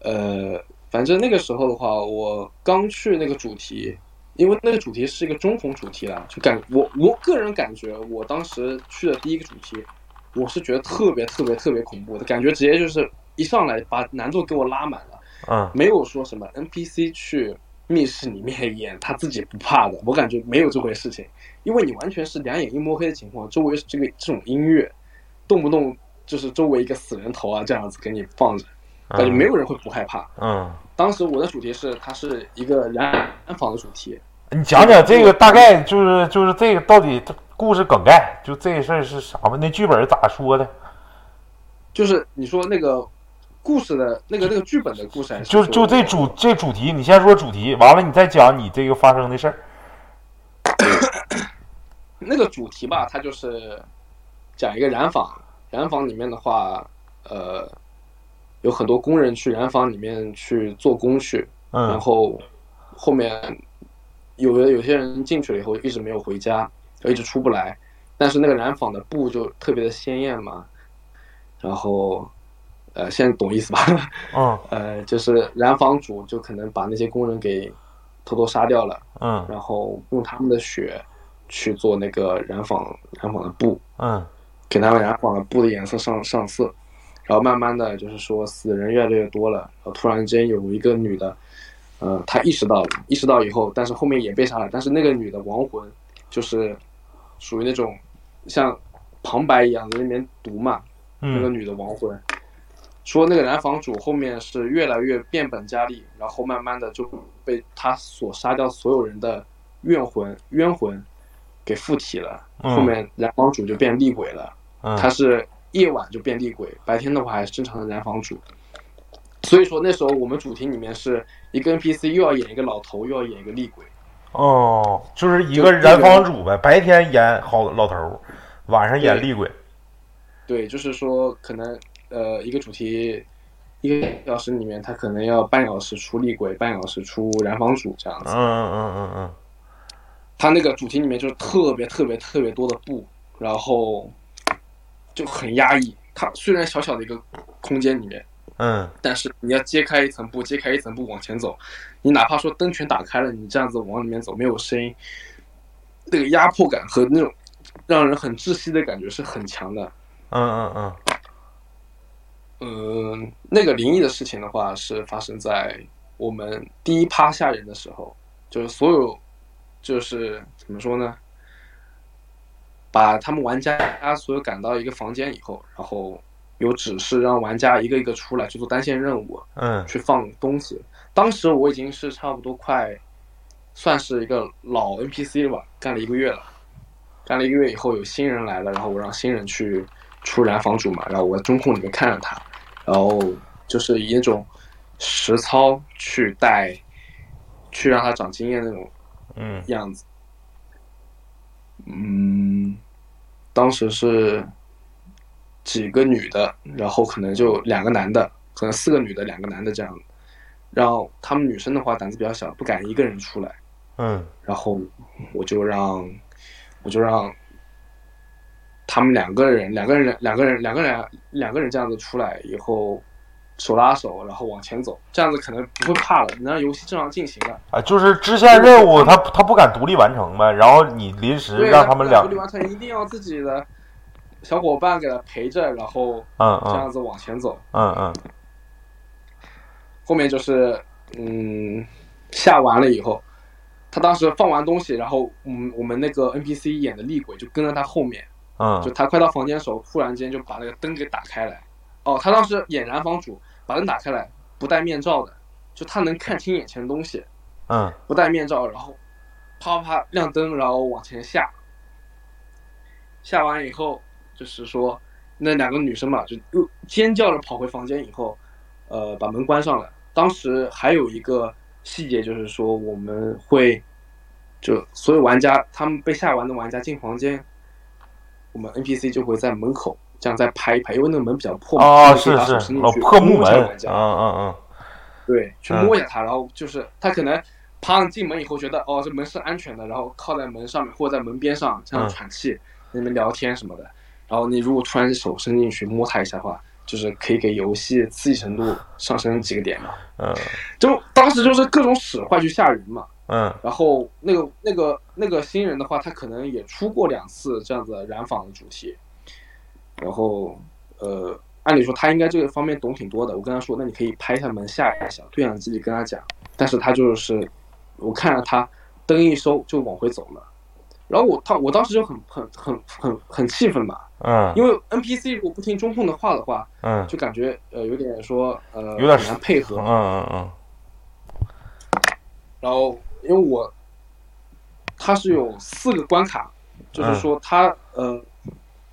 呃，反正那个时候的话，我刚去那个主题，因为那个主题是一个中红主题啦，就感我我个人感觉，我当时去的第一个主题，我是觉得特别特别特别恐怖的感觉，直接就是一上来把难度给我拉满了，
嗯
没有说什么 NPC 去密室里面 演他自己不怕的，我感觉没有这回事情，因为你完全是两眼一摸黑的情况，周围是这个这种音乐，动不动就是周围一个死人头啊这样子给你放着，感觉
嗯
没有人会不害怕。
嗯，
当时我的主题是，它是一个燃房的主题。
你讲讲这个大概就是就是这个到底故事梗概，就这事儿是啥吧？那剧本是咋说的？
就是你说那个故事的那个那个剧本的故事还是
就
说
就这主这主题，你先说主题，完了你再讲你这个发生的事儿。
那个主题吧，它就是讲一个燃房，燃房里面的话，呃，有很多工人去燃房里面去做工去，然
嗯
后后面有的有些人进去了以后一直没有回家，就一直出不来。但是那个染坊的布就特别的鲜艳嘛，然后呃，现在懂意思吧？
嗯
呃，就是染坊主就可能把那些工人给偷偷杀掉了，
嗯
然后用他们的血去做那个染坊染坊的布，
嗯
给他们染坊的布的颜色上上色，然后慢慢的就是说死的人越来越多了，然后突然间有一个女的，呃，她意识到了，意识到以后，但是后面也被杀了，但是那个女的亡魂就是属于那种像旁白一样在那边读嘛，那个
嗯
女的亡魂，说那个男房主后面是越来越变本加厉，然后慢慢的就被他所杀掉所有人的怨魂冤魂给附体了，
嗯
后面男房主就变厉鬼了，
嗯，
他是夜晚就变厉鬼，白天的话还是正常的男房主。所以说那时候我们主题里面是一个 NPC 又要演一个老头，又要演一个厉鬼，
哦，就是一个燃房主呗，白天演好老头儿，晚上演厉鬼。
对，就是说可能呃一个主题一个小时里面，他可能要半小时出厉鬼，半小时出燃房主这样
嗯
子。
嗯嗯嗯
他那个主题里面就是特别特别特别多的布，然后就很压抑。它虽然小小的一个空间里面，
嗯
但是你要揭开一层布，揭开一层布往前走，你哪怕说灯全打开了，你这样子往里面走没有声音，那个压迫感和那种让人很窒息的感觉是很强的。
嗯嗯嗯
嗯，那个灵异的事情的话，是发生在我们第一趴吓人的时候，就是所有，就是怎么说呢，把他们玩家所有赶到一个房间以后，然后有指示让玩家一个一个出来去做单线任务，
嗯
去放东西。当时我已经是差不多快，算是一个老 NPC 了吧，干了一个月了。干了一个月以后，有新人来了，然后我让新人去出燃房主嘛，然后我在中控里面看着他，然后就是以那种实操去带，去让他长经验那种
嗯
样子。嗯，当时是几个女的，然后可能就两个男的，可能四个女的，两个男的这样。然后他们女生的话胆子比较小，不敢一个人出来。
嗯
然后我就让，我就让他们两个人，两个人，两个人，两个人，两个人这样子出来以后，手拉手，然后往前走，这样子可能不会怕了，能让游戏正常进行了。
啊，就是支线任务他他不敢独立完成呗，然后你临时
对，
让他们俩
独立完成，一定要自己的小伙伴给他陪着，然后
嗯
这样
嗯
子往前走。
嗯嗯
后面就是嗯，下完了以后，他当时放完东西，然后嗯，我们那个 NPC 演的厉鬼就跟着他后面，就
嗯
他快到房间的时候，突然间就把那个灯给打开来。哦，他当时演燃房主把灯打开来，不戴面罩的，就他能看清眼前的东西。
嗯
不戴面罩，然后啪啪啪亮灯，然后往前下。下完以后，就是说那两个女生嘛，就又尖叫着跑回房间以后，呃，把门关上了。当时还有一个细节就是说，我们会就所有玩家他们被吓完的玩家进房间，我们 NPC 就会在门口这样再拍一拍，因为那个门比较破嘛，
啊，
就是可以打手
是
伸进
哦
去，
破木
摸一下
门
玩，
嗯
家
嗯
对，去
嗯
摸一下它，然后就是它可能啪进门以后觉得哦这门是安全的，然后靠在门上面或者在门边上这
嗯
样喘气，那边聊天什么的。然后你如果突然手伸进去摸它一下的话，就是可以给游戏刺激程度上升几个点嘛。
嗯
就当时就是各种使坏去吓人嘛。
嗯
然后那个那个那个新人的话，他可能也出过两次这样子的染坊的主题，然后呃，按理说他应该这个方面懂挺多的。我跟他说，那你可以拍一下门吓一下，对讲机里跟他讲。但是他就是，我看着他灯一收就往回走了，然后我他我当时就很很很很很气愤嘛，
嗯
因为 NPC 如果不听中控的话的话，
嗯
就感觉呃有点说呃
有点
很难配合，
嗯嗯
然后因为我它是有四个关卡，就是说它呃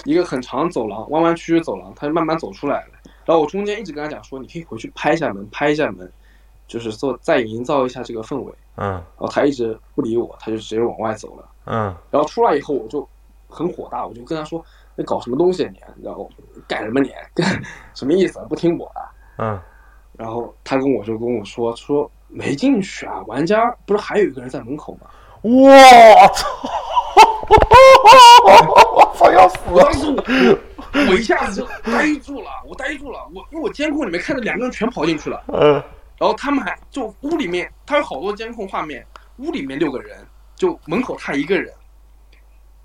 一个很长的走廊，弯弯曲曲走廊，它慢慢走出来了。然后我中间一直跟他讲说，你可以回去拍一下门，拍一下门，就是做再营造一下这个氛围。
嗯
然后他一直不理我，他就直接往外走了。
嗯
然后出来以后，我就很火大，我就跟他说：“你搞什么东西啊你？然后干什么你？干什么意思啊？不听我的、
嗯
然后他跟我就跟我说说没进去啊，玩家不是还有一个人在门口吗？
嗯，我操！我操，要死
我
了！
当时 我我一下子就呆住了，我呆住了，我因为我监控里面看着两个人全跑进去了，
嗯
然后他们还就屋里面，他有好多监控画面，屋里面六个人，就门口他一个人，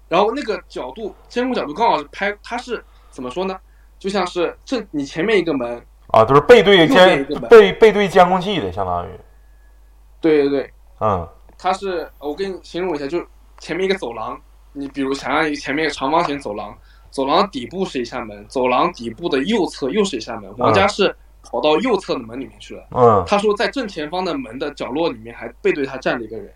然后那个角度监控角度刚好是拍，他是怎么说呢？就像是这你前面一个门，
啊，就是背对监
又变一个门
背背对监控器的，相当于，
对对对，
嗯
它是呃我给你形容一下，就是前面一个走廊，你比如想象一个前面一个长方形走廊，走廊底部是一扇门，走廊底部的右侧又是一扇门，玩家是跑到右侧的门里面去了。
嗯
他说在正前方的门的角落里面还背对他站了一个人，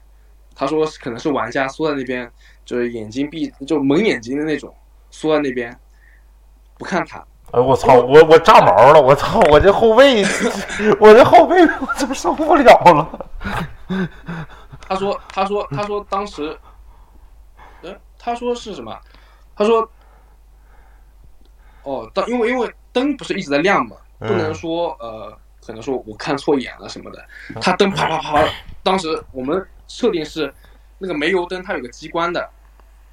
他说可能是玩家缩在那边，就是眼睛闭就蒙眼睛的那种，缩在那边不看他。
哎，我操，我我炸毛了！我操，我这后背，我这后背，我真受不了了。
他说，他说，他说当时，呃，他说是什么？他说，哦，当因为因为灯不是一直在亮嘛，不能
嗯
说呃，可能说我看错眼了什么的。他灯啪啪啪，当时我们设定是那个煤油灯，它有个机关的，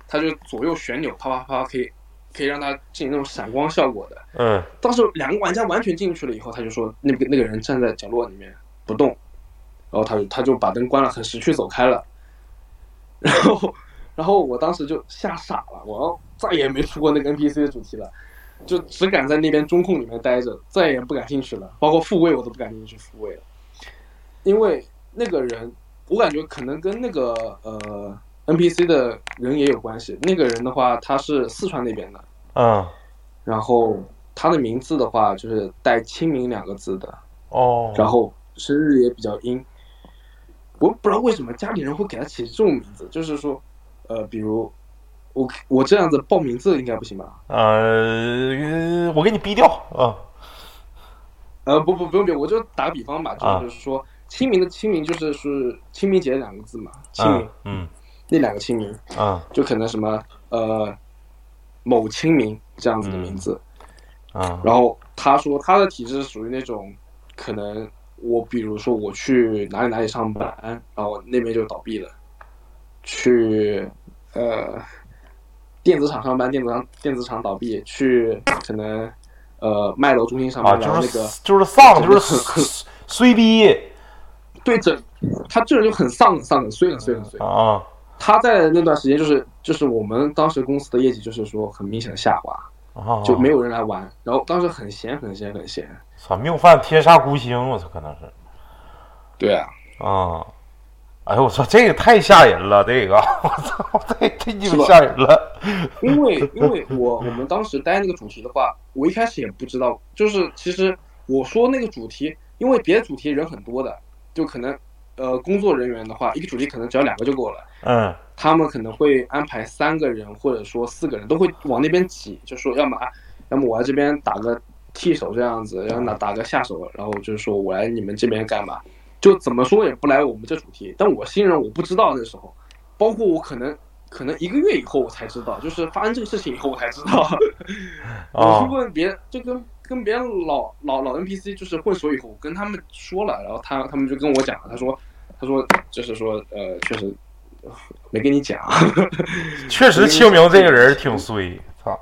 它就左右旋钮啪啪啪可以可以让它进行那种闪光效果的。
嗯
当时两个玩家完全进去了以后，他就说那个那个人站在角落里面不动，然后他就他就把灯关了，很识趣走开了。然后然后我当时就吓傻了，我再也没出过那个 NPC 的主题了，就只敢在那边中控里面待着，再也不敢进去了，包括复位我都不敢进去复位了，因为那个人我感觉可能跟那个呃 NPC 的人也有关系。那个人的话，他是四川那边的，
嗯，
然后他的名字的话就是带“清明”两个字的，
哦，
然后生日也比较阴。我不知道为什么家里人会给他起这种名字，就是说，呃，比如我我这样子报名字应该不行吧？
呃，我给你逼掉啊，
呃，不不不用不用，我就打个比方吧，
啊
就是说清明的清明就是是清明节两个字嘛，清明、
嗯嗯
那两个清明
嗯
就可能什么呃某清明这样子的名字，
嗯
然后他说他的体质属于那种，可能我比如说我去哪里哪里上班，然后那边就倒闭了，去呃电子厂上班，电子厂电子厂倒闭，去可能呃卖楼中心上
啊，
班，然后
就
那
是
个
就是丧， 就是衰逼
对整他这人就很丧很丧很碎很碎很碎。
啊，
他在那段时间就是就是我们当时公司的业绩就是说很明显的下滑，
啊
就没有人来玩，然后当时很闲很闲很闲，
操谬犯天煞孤星，我操，可能是
对啊。
啊。哎呦，我操，这个太吓人了，这个， 我操，这这你们吓人了，
因为因为我我们当时待那个主题的话，我一开始也不知道，就是其实我说那个主题，因为别的主题人很多的，就可能呃工作人员的话，一个主题可能只要两个就够了。
嗯
他们可能会安排三个人或者说四个人，都会往那边挤，就说要么啊，要么我来这边打个替手这样子，然后打打个下手，然后就是说我来你们这边干嘛？就怎么说也不来我们这主题。但我新人我不知道那时候，包括我可能可能一个月以后我才知道，就是发生这个事情以后我才知道。我
哦
是问别人，就跟跟别人老老老 NPC 就是混熟以后，我跟他们说了，然后他他们就跟我讲了，他说他说就是说呃，确实呃没跟你讲，
确实清明这个人挺衰，操！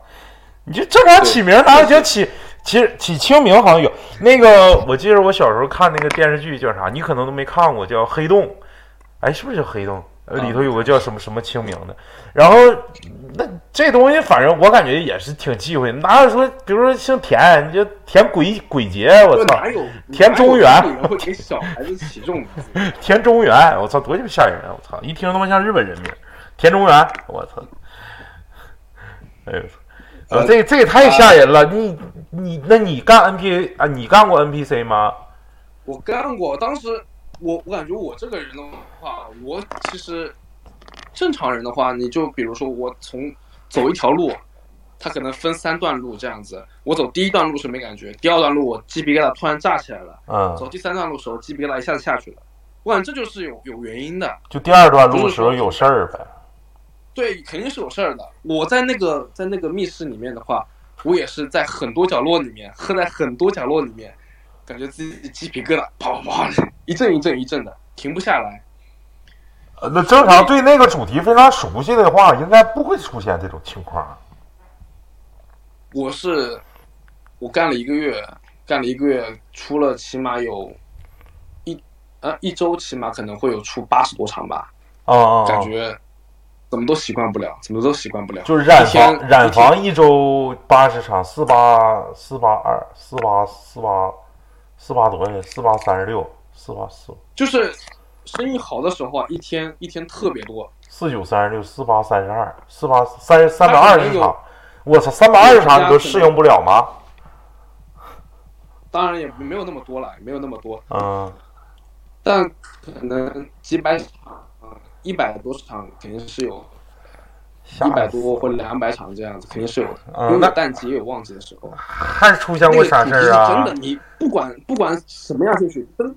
你就正常起名，哪有叫起起起清明好像有那个，我记得我小时候看那个电视剧叫啥，你可能都没看过，叫《黑洞》，哎，是不是叫《黑洞》？呃，里头有个叫什么什么清明的，然后那这东西反正我感觉也是挺忌讳，哪有说比如说姓田，你就田鬼鬼节，我
就
操
哪，有
田中原
哪有人会给小孩子起这种名字？
田中原，我操，多鸡巴吓人啊！我操，一听他妈像日本人名，田中原，我操，哎呦，啊，这这也太吓人了！你你那你干 NPA 啊？你干过 NPC 吗？
我干过，当时我我感觉我这个人的话，我其实正常人的话，你就比如说我从走一条路，它可能分三段路这样子，我走第一段路是没感觉，第二段路我鸡皮疙瘩突然炸起来了，
嗯，
走第三段路的时候鸡皮疙瘩一下子下去了，我感觉这就是有有原因的，
就第二段路的时候有事儿呗。
对，肯定是有事儿的。我在那个在那个密室里面的话，我也是在很多角落里面，喝在很多角落里面，感觉自己鸡皮疙瘩啪啪啪一阵一阵一阵的，停不下来。
呃那正常对那个主题非常熟悉的话，应该不会出现这种情况。啊
我是我干了一个月，干了一个月，出了起码有一呃一周，起码可能会有出八十多场吧，
啊啊
感
啊！
觉怎么都习惯不了，怎么都习惯不了。
就是染
一
房
天
染房一周八十场，四八四八二四八四八四八多少？四八三十六，四八四
就是生意好的时候啊，一天一天特别多，
四九三十六四八三十二四八三三百二十场，我操，三百二十场你都适应不了吗？
当然也没有那么多了，也没有那么多。
嗯
但可能几百场，啊一百多场肯定是有，
吓
一百
死
多或者两百场这样子肯定是有的，
嗯
因为
那
有淡季也有旺季的时候。
还是出现
那
过
个
啥
主
事
题是
儿啊
真？的，你不管不管什么样兴趣，真。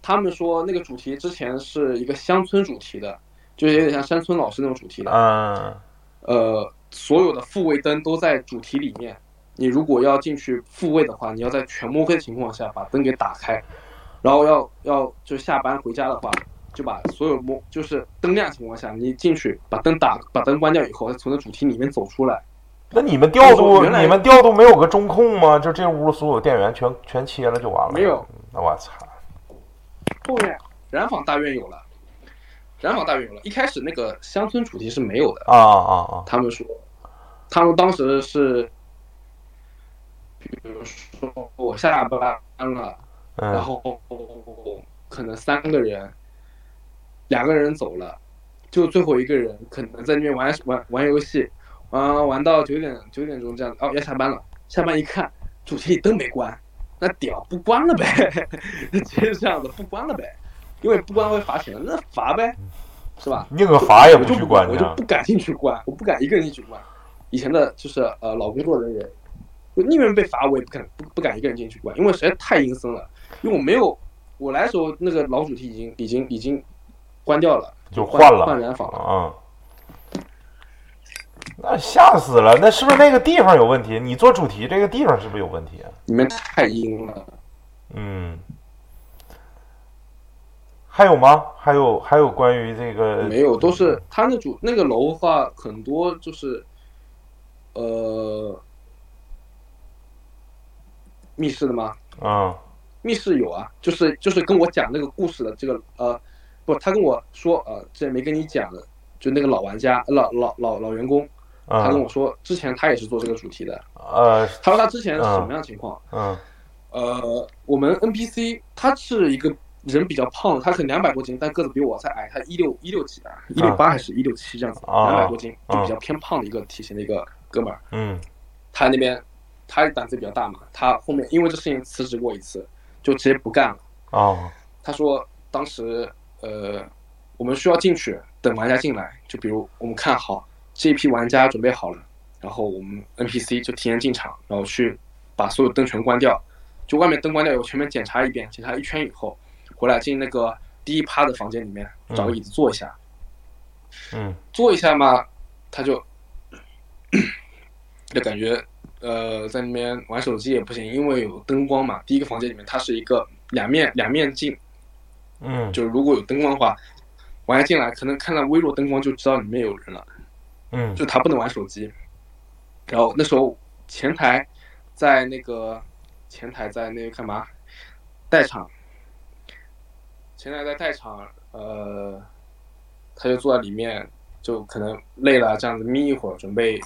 他们说那个主题之前是一个乡村主题的，就是有点像山村老师那种主题的。
嗯，
呃，所有的复位灯都在主题里面。你如果要进去复位的话，你要在全摸黑的情况下把灯给打开，然后要要就下班回家的话，就把所有摸就是灯亮的情况下，你进去把灯打把灯关掉以后，再从那主题里面走出来。
那你们调度
原来
你们调度没有个中控吗？就这屋所有电源全全切了就完了？
没有，
那我操，
后面染坊大院有了，染坊大院有了，一开始那个乡村主题是没有的。
啊啊啊！
他们说，他们当时是，比如说我下班了。然
嗯，
后可能三个人，两个人走了，就最后一个人可能在那边玩玩玩游戏，玩玩到九点九点钟这样，哦要下班了，下班一看主题里灯没关，那屌不关了呗， 直接这样子不关了呗，因为不关会罚钱，那罚呗，是吧？
宁可罚也
我
不
就
去关
我
去啊
就。不敢进去关，我不敢一个人进去关。以前的就是呃老工作人员，我宁愿被罚，我也不敢不不敢一个人进去关，因为实在太阴森了。因为我没有我来的时候，那个老主题已经已经已经关掉了，
就
换
换了
换染坊了。
嗯，那吓死了！那是不是那个地方有问题？你做主题这个地方是不是有问题啊？
里面太阴了。
嗯，还有吗？还有还有关于这个
没有，都是他那主那个楼的话，很多就是，呃，密室的吗？
嗯
密室有啊，就是就是跟我讲那个故事的这个呃，不，他跟我说呃，这没跟你讲的，就那个老玩家老老老老员工，他跟
嗯
我说之前他也是做这个主题的，
呃
他说他之前是什么样的情况？
嗯
呃，我们 NPC 他是一个人比较胖，他可能两百多斤，但个子比我才矮，他一六一六几的，一六八还是一六七这样子，
啊
两百多斤，就比较偏胖的一个体型的一个哥们儿。
嗯
他那边他胆子比较大嘛，他后面因为这事情辞职过一次，就直接不干了。
哦
他说当时呃，我们需要进去等玩家进来，就比如我们看好这一批玩家准备好了，然后我们 NPC 就提前进场，然后去把所有灯全关掉，就外面灯关掉以后，全面检查一遍，检查一圈以后，回来进那个第一趴的房间里面找个椅子坐一下，
嗯
坐一下嘛，他就就感觉呃在那边玩手机也不行，因为有灯光嘛。第一个房间里面它是一个两面两面镜，
嗯
就是如果有灯光的话，玩家进来可能看到微弱灯光就知道里面有人了，
嗯
就他不能玩手机。然后那时候前台在那个前台在那个干嘛代场，前台在代场，呃，他就坐在里面，就可能累了这样子眯一会儿，准备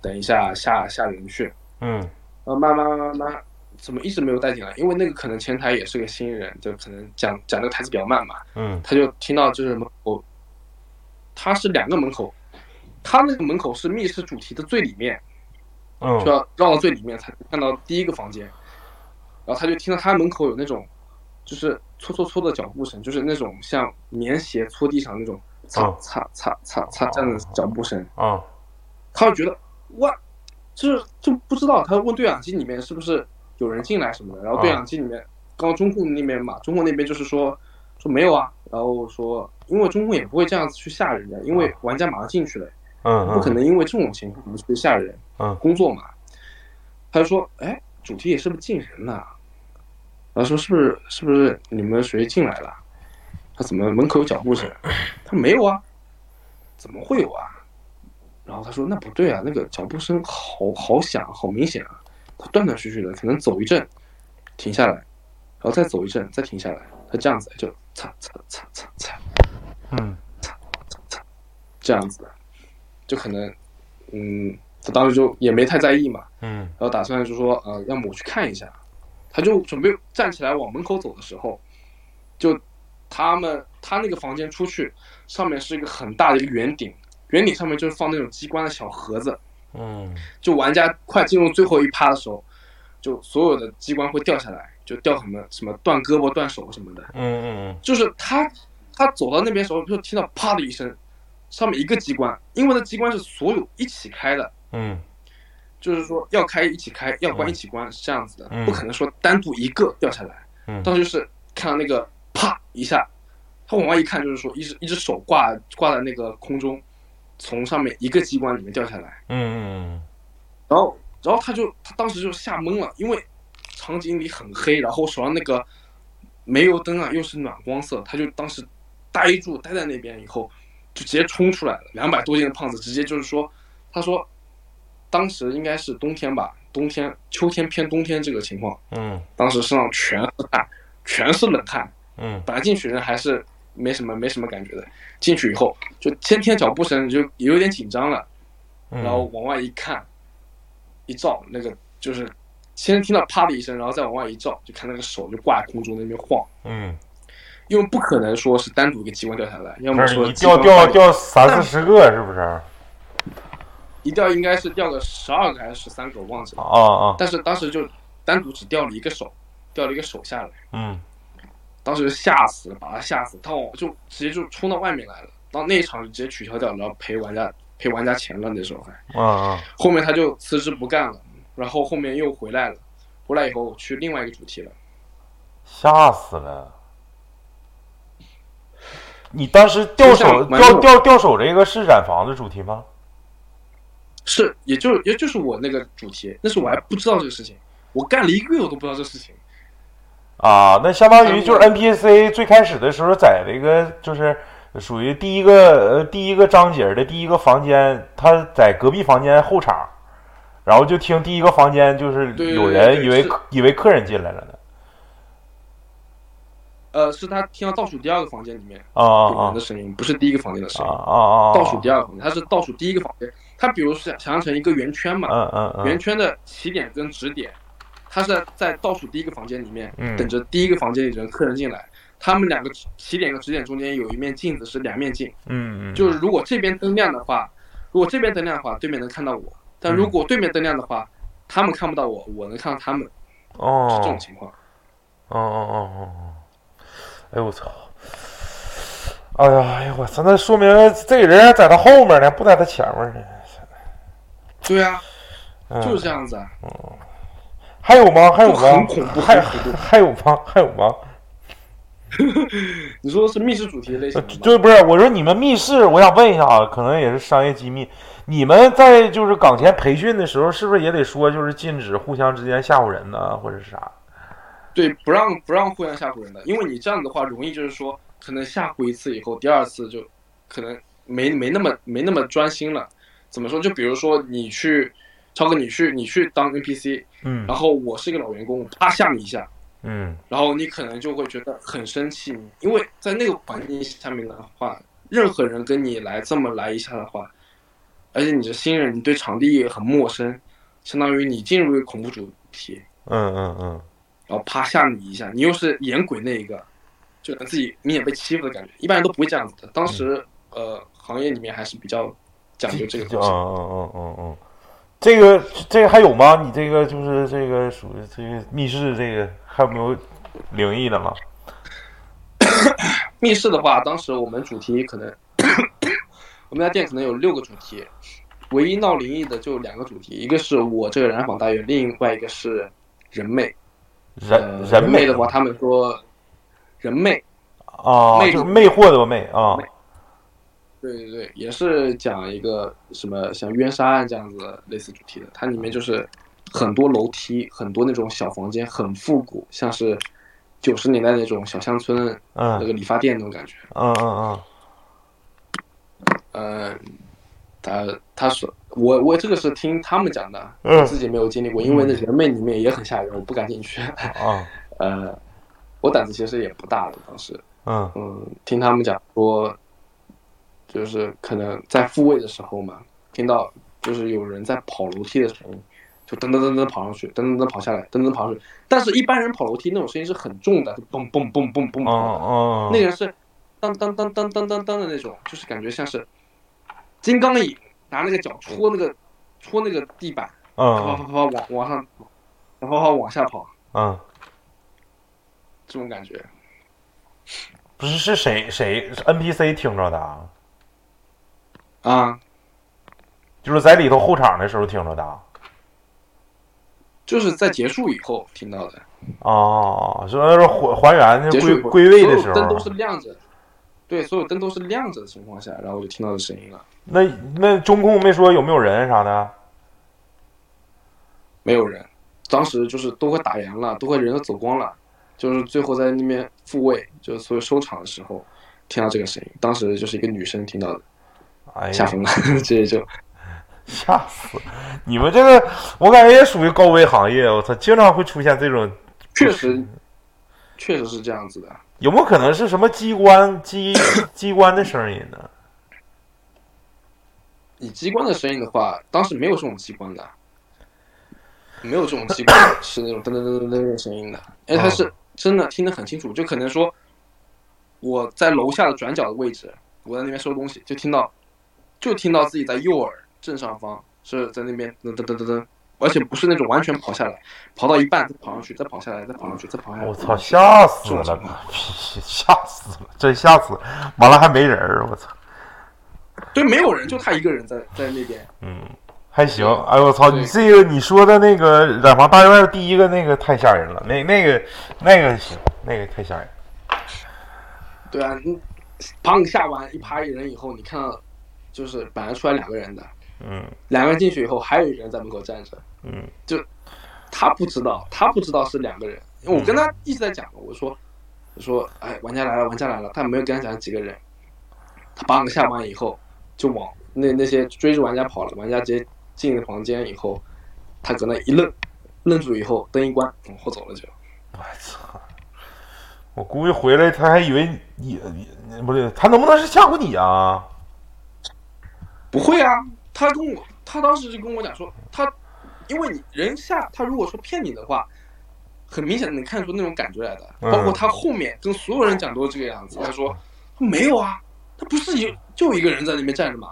等一下下下人去。
嗯
呃，慢慢慢慢慢，怎么一直没有带进来？因为那个可能前台也是个新人，就可能讲讲那个台词比较慢嘛，
嗯
他就听到就是门口，他是两个门口，他那个门口是密室主题的最里面，就
嗯
要绕到最里面才能看到第一个房间，然后他就听到他门口有那种，就是搓搓搓的脚步声，就是那种像棉鞋搓地上那种擦
哦
擦擦擦擦这样的脚步声，
啊
他就觉得哇，就是就不知道，他问对讲机里面是不是有人进来什么的，然后对讲机里面，刚刚中控那边嘛，中控那边就是说说没有啊，然后说因为中控也不会这样子去吓人的，因为玩家马上进去了，
嗯
不可
嗯
能因为这种情况去吓人，
嗯
工作嘛，他就说哎，主题也是不是进人了？啊然后说是不是是不是你们谁进来了？他怎么门口有脚步声？他说没有啊，怎么会有啊？然后他说那不对啊，那个脚步声好好响，好明显啊，他断断续续的，可能走一阵，停下来，然后再走一阵，再停下来，他这样子就擦擦擦擦擦
嗯
这样子的，就可能嗯，他当时就也没太在意嘛，
嗯
然后打算就说呃，让我去看一下。他就准备站起来往门口走的时候，就他们他那个房间出去，上面是一个很大的一个圆顶，圆顶上面就是放那种机关的小盒子，
嗯
就玩家快进入最后一趴的时候，就所有的机关会掉下来，就掉什么什么断胳膊断手什么的。
嗯
就是他他走到那边的时候，就听到啪的一声，上面一个机关，因为那机关是所有一起开的，
嗯
就是说要开一起开，要关
嗯
一起关，是这样子的，
嗯
不可能说单独一个掉下来。
嗯
当时就是看到那个啪一下，他往外一看，就是说一只一只手挂挂在那个空中，从上面一个机关里面掉下来，
嗯
然后然后他就他当时就吓懵了，因为场景里很黑，然后手上那个煤油灯啊又是暖光色，他就当时呆住，呆在那边以后就直接冲出来了，两百多斤的胖子直接就是说，他说当时应该是冬天吧，冬天秋天偏冬天这个情况，
嗯
当时身上全是汗，全是冷汗，
嗯
本来进去人还是没什么没什么感觉的，进去以后就先听脚步声就也有点紧张了。
嗯，
然后往外一看，一照那个就是先听到啪的一声，然后再往外一照，就看那个手就挂在空中那边晃，
嗯，
因为不可能说是单独一个机关掉下来，要
不
么
是
说
你掉掉掉三四十个是不是？
一掉应该是掉个十二个还是十三个，我忘记了。
啊啊，
但是当时就单独只掉了一个手，掉了一个手下来，
嗯
当时就吓死了，把他吓死，他往就直接就冲到外面来了，到那一场就直接取消掉，然后赔玩家赔玩家钱了那时候还。
啊啊，
后面他就辞职不干了，然后后面又回来了，回来以后去另外一个主题了。
吓死了！你当时掉手掉掉掉手这个是染房的主题吗？
是，也就也就是我那个主题，那时候我还不知道这个事情，我干了一个月我都不知道这个事情。
啊，那相当于就是
嗯
NPC 最开始的时候在那个就是属于第一个呃第一个章节的第一个房间，他在隔壁房间后场，然后就听第一个房间就是
对对
有
对
人
对
以为
是
客以为客人进来了呢。
呃，是他听到倒数第二个房间里面
啊啊
有人
啊
的声音，不是第一个房间的声
啊
音。
啊啊！
倒数第二个房间，他是倒数第一个房间。他比如想想象成一个圆圈嘛，
嗯嗯嗯
圆圈的起点跟止点，他是在倒数第一个房间里面
嗯
等着第一个房间里人客人进来。他们两个起点跟止点中间有一面镜子，是两面镜。
嗯嗯，
就是如果这边灯亮的话，如果这边灯亮的话，对面能看到我；但如果对面灯亮的话，他们看不到我，我能看到他们，是
哦
这种情况。
哦哦哦哦哦！哎呦我操！哎呀，哎呦我操！那说明这个人还在他后面呢，不在他前面呢。
对啊，
嗯、
就是这样子啊。
还有吗？还有
就很
吗
恐？怖
还
很恐怖
还有吗？还有吗？
你说的是密室主题类型
呃
的吗？
就不是我说你们密室，我想问一下啊，可能也是商业机密，你们在就是岗前培训的时候，是不是也得说就是禁止互相之间吓唬人呢，或者是啥？
对，不让不让互相吓唬人的，因为你这样的话容易就是说，可能吓唬一次以后，第二次就可能没没那么没那么专心了。怎么说？就比如说你去，超哥，你去你去当 NPC，
嗯
然后我是一个老员工，我啪吓你一下，
嗯
然后你可能就会觉得很生气，因为在那个环境下面的话，任何人跟你来这么来一下的话，而且你是新人，你对场地也很陌生，相当于你进入一个恐怖主题，
嗯嗯嗯，
然后啪吓你一下，你又是演鬼那一个，就能自己明显被欺负的感觉，一般人都不会这样子的。当时呃，行业里面还是比较讲究这个
就
东
嗯
西。
嗯嗯嗯嗯，这个这个还有吗？你这个就是这个属于这个密室这个还有没有灵异的了？
密室的话，当时我们主题可能，我们家店可能有六个主题，唯一闹灵异的就两个主题，一个是我这个染坊大院，另外一个是人魅。呃
人
人
魅
的话，他们说人魅，
啊，
魅
就是魅惑的魅啊，
对对对，也是讲一个什么像冤杀案这样子的类似主题的，它里面就是很多楼梯，很多那种小房间，很复古，像是九十年代那种小乡村
嗯
那个理发店那种感觉。
嗯嗯嗯，
嗯，他他说我我这个是听他们讲的，
嗯
我自己没有经历过，因为那人们里面也很吓人，我不敢进去。
啊
呃，我胆子其实也不大了，当时，
嗯
嗯，听他们讲说，就是可能在复位的时候嘛，听到就是有人在跑楼梯的声音，就噔噔噔噔跑上去，噔噔噔跑下来，噔噔跑上去。但是，一般人跑楼梯那种声音是很重的，就嘣嘣嘣嘣嘣
嗯
嘣的。
嗯，
那个人是当当当当当当当的那种，就是感觉像是金刚椅，拿那个脚戳那个戳那个地板，啪啪
嗯
啪啪往往上，然后啪往下跑，
嗯。
这种感觉。
不是是谁谁是 NPC 听着的啊，
啊，
就是在里头后场的时候听着的啊
就是在结束以后听到的，
哦，说是还还原就
结束
归
以后
归位的时
所有灯都是
候，啊
亮着，对，所有灯都是亮着的情况下，然后我就听到这声音了，
那那中控没说有没有人啥的，
没有人，当时就是都会打烊了，都会人都走光了，就是最后在那边复位，就是所有收场的时候听到这个声音，当时就是一个女生听到的。
哎
吓
呀，
疯了，直 接就
吓死！你们这个我感觉也属于高危行业，我操，经常会出现这种，
确实，确实是这样子的。
有没有可能是什么机关机 机关的声音呢？
以机关的声音的话，当时没有这种机关的，没有这种机关是那种噔噔噔噔噔的声音的，因为它
哦
是真的听得很清楚，就可能说我在楼下的转角的位置，我在那边收东西，就听到就听到自己在右耳正上方是在那边噔噔噔噔噔。而且不是那种完全跑下来，跑到一半再跑上去，再跑下来，再跑上去，再跑下来。
我操，吓死
这
了
种！
吓死了，真吓死了！完了还没人儿，我操！
对，没有人，就他一个人在在那边。
嗯，还行。哎呦我操！
对
你这个你说的那个染房大院第一个那个太吓人了，那那个那个行，那个太吓人。
对啊，你砰下完一趴一人以后，你看到就是本来出来两个人的，
嗯
两个人进去以后，还有一个人在门口站着，
嗯
他不知道，他不知道是两个人，因为我跟他一直在讲，我说我说哎，玩家来了，玩家来了，但没有跟他讲几个人，他砰下完以后就往那那些追着玩家跑了，玩家直接进了房间以后，他搁那一愣，愣住以后灯一关往后走了就，
我操！我估计回来他还以为你你你不对，他能不能是吓唬你啊？
不会啊，他跟我，他当时就跟我讲说，他因为你人下他如果说骗你的话，很明显地能看出那种感觉来的。
嗯
包括他后面跟所有人讲都是这个样子，他说没有啊，他不是有就一个人在那边站着嘛，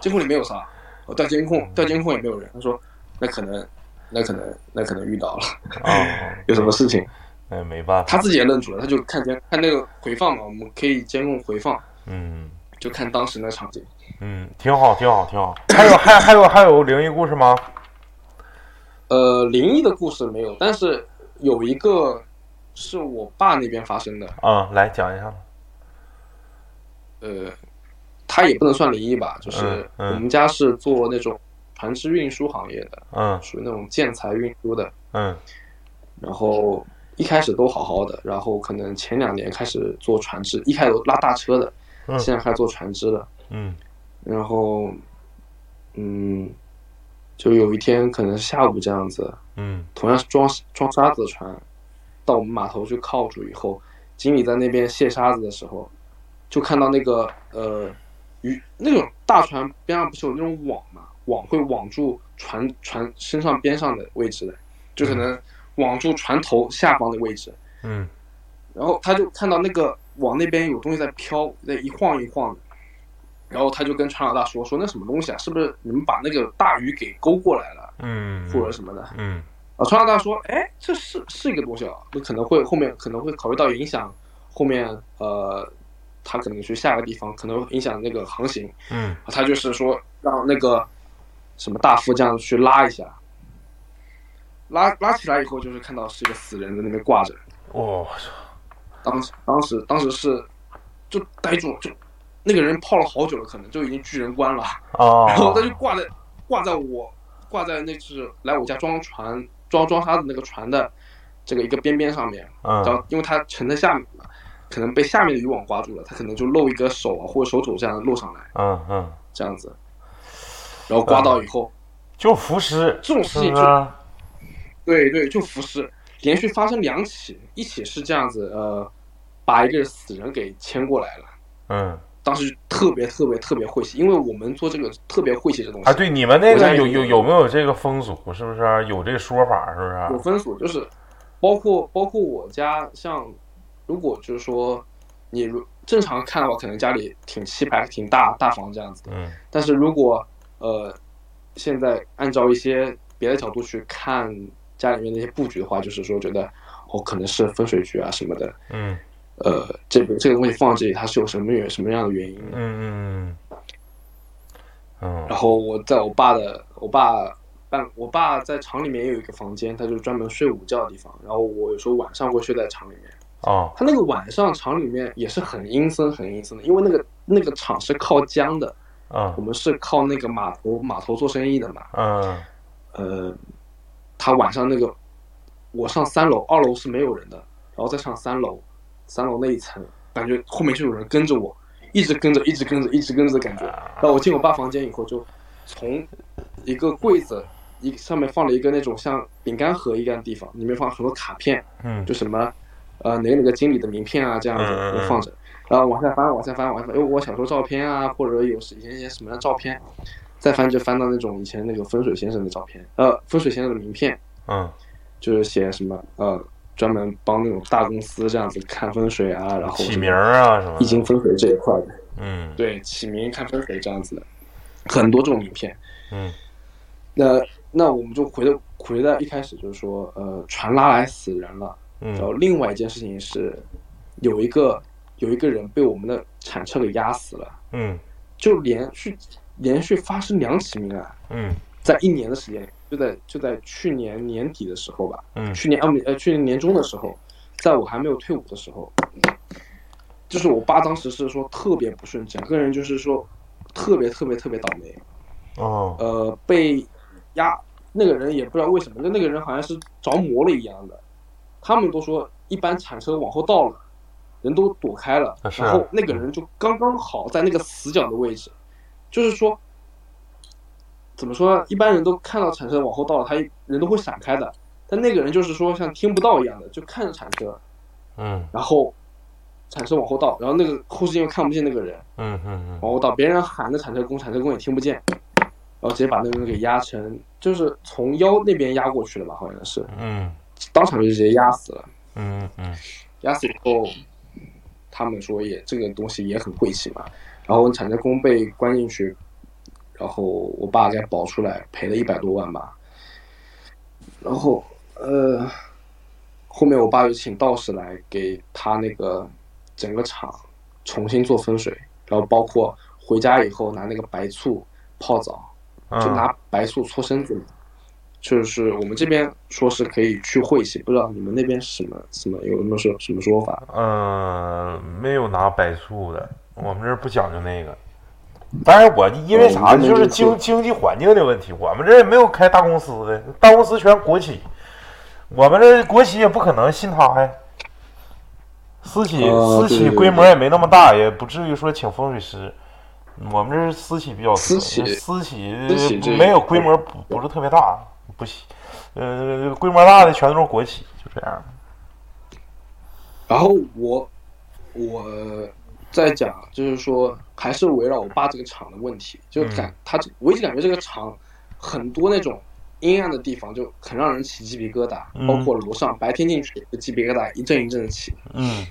监控里没有啥，我调监控调监控也没有人。他说那可能那可能那可能遇到了
啊，
有什么事情？
那也哎没办法。
他自己也愣住了，他就看监看那个回放嘛，我们可以监控回放，
嗯
就看当时那个场景。
嗯，挺好，挺好，挺 好。还有还还有还有灵异故事吗？
呃，灵异的故事没有，但是有一个是我爸那边发生的，
嗯，来讲一下。
呃，他也不能算灵异吧，就是我
嗯嗯
们家是做那种船只运输行业的，
嗯
属于那种建材运输的。
嗯
然后一开始都好好的，然后可能前两年开始做船只，一开始拉大车的，
嗯
现在开始做船只了。
嗯
然后，嗯，就有一天可能是下午这样子，
嗯
同样是装装沙子的船，到我们码头去靠住以后，经理在那边卸沙子的时候，就看到那个呃鱼那种大船边上不是有那种网嘛，网会网住船船身上边上的位置的，就可能网住船头下方的位置。
嗯
然后他就看到那个往那边有东西在飘，在一晃一晃的，然后他就跟船老大说说那什么东西啊，是不是你们把那个大鱼给勾过来了，
嗯，
或者什么的？
嗯
啊，川大大说，哎，这是是一个东西啊，那可能会后面可能会考虑到影响后面呃，他可能去下一个地方，可能会影响那个航行，
嗯
啊他就是说让那个什么大副这样去拉一下，拉拉起来以后就是看到是一个死人在那边挂着，
我操，
当时当时当时是就呆住了，就那个人泡了好久了，可能就已经巨人观了。然后他就
哦，
挂在挂在我挂在那是来我家装船装装沙子那个船的这个一个边边上面，
嗯
然后因为它沉在下面嘛，可能被下面的渔网挂住了，它可能就露一个手啊或者手肘这样露上来
嗯嗯，
这样子，然后刮到以后，
就浮尸，
这种事
是
情
不？
就是对对，就浮尸，连续发生两起，一起是这样子，呃，把一个死人给牵过来了。
嗯，
当时特别特别特别晦气，因为我们做这个特别晦气的东西
啊，对，你们那
我
个
在
有有有没有这个风俗？是不是有这个说法？是
有
不是？
分组，就是包括包括我家，像如果就是说你如正常看的话，可能家里挺气派、挺大大房这样子的。
嗯
但是如果呃现在按照一些别的角度去看家里面那些布局的话，就是说觉得哦可能是风水局啊什么的，
嗯
呃这个这个东西放在这里它是有什么原什么样的原因
嗯嗯嗯
然后我在我爸的，我爸办，我爸在厂里面也有一个房间，他就专门睡午觉的地方。然后我有时候晚上会睡在厂里面。
哦
他那个晚上厂里面也是很阴森、很阴森的，因为那个那个厂是靠江的，我
嗯
们是靠那个码头码头做生意的嘛。
嗯
呃，他晚上那个，我上三楼，二楼是没有人的，然后再上三楼，三楼那一层，感觉后面就有人跟着我，一直跟着，一直跟着，一直跟着的感觉。然后我进我爸房间以后，就从一个柜子，一上面放了一个那种像饼干盒一样的地方，里面放了很多卡片，
嗯
就什么，呃，哪个哪个经理的名片啊，这样子
嗯嗯嗯
我放着。然后往下翻，往下翻，往下翻，有我小时候照片啊，或者有以前一些什么样的照片，再翻就翻到那种以前那个风水先生的照片，呃，风水先生的名片，
嗯
就是写什么呃，专门帮那种大公司这样子看风水啊，然后
起名儿啊什么
易经
的，
风水这一块的，
嗯
对，起名看风水这样子的，很多这种名片。
嗯
那那我们就回到回到一开始，就是说，呃，船拉来死人了，然后
嗯
另外一件事情是，有一个有一个人被我们的铲车给压死了，
嗯
就连续连续发生两起命案，
嗯
在一年的时间，就在就在去年年底的时候吧，
嗯
去年啊呃去年年中的时候，在我还没有退伍的时候，就是我爸当时是说特别不顺，整个人就是说特别特别特别倒霉，
哦
呃，被压那个人也不知道为什么，就那个人好像是着魔了一样的。他们都说一般铲车往后倒了，人都躲开了，
啊是啊
然后那个人就刚刚好在那个死角的位置，就是说。怎么说呢？一般人都看到铲车往后倒了，他人都会闪开的。但那个人就是说像听不到一样的，就看着铲车，
嗯
然后铲车往后倒，然后那个后视镜又看不见那个人，
嗯嗯
往后倒，别人喊的铲车工，铲车工也听不见，然后直接把那个人给压成，就是从腰那边压过去了吧，好像是，
嗯
当场就直接压死了。
嗯嗯
压死以后，他们说也这个东西也很晦气嘛，然后铲车工被关进去，然后我爸给保出来，赔了一百多万吧。然后呃，后面我爸就请道士来给他那个整个场重新做风水，然后包括回家以后拿那个白醋泡澡，
嗯
就拿白醋搓身子嘛。就是我们这边说是可以去晦气，不知道你们那边是什么什么有没有说什么说法？
嗯、没有拿白醋的，我们这儿不讲究那个。但是我因为啥，
哦你
就
们这
是
边
经
不
经济环境的问题，我们这儿也没有开大公司的，大公司全国企，我们这国企也不可能信他呀。私企、
哦
私
对
企
对对
规模也没那么大，也不至于说请风水师。我们这是私企比较多，
私企
私企
私企这个
没有规模不不是特别大，不行，呃，规模大的全都是国企，就这样。
然后我我在讲，就是说还是围绕我爸这个厂的问题，就感他这我一直感觉这个厂很多那种阴暗的地方就很让人起鸡皮疙瘩，
嗯
包括楼上白天进去就鸡皮疙瘩一阵一阵的起。
嗯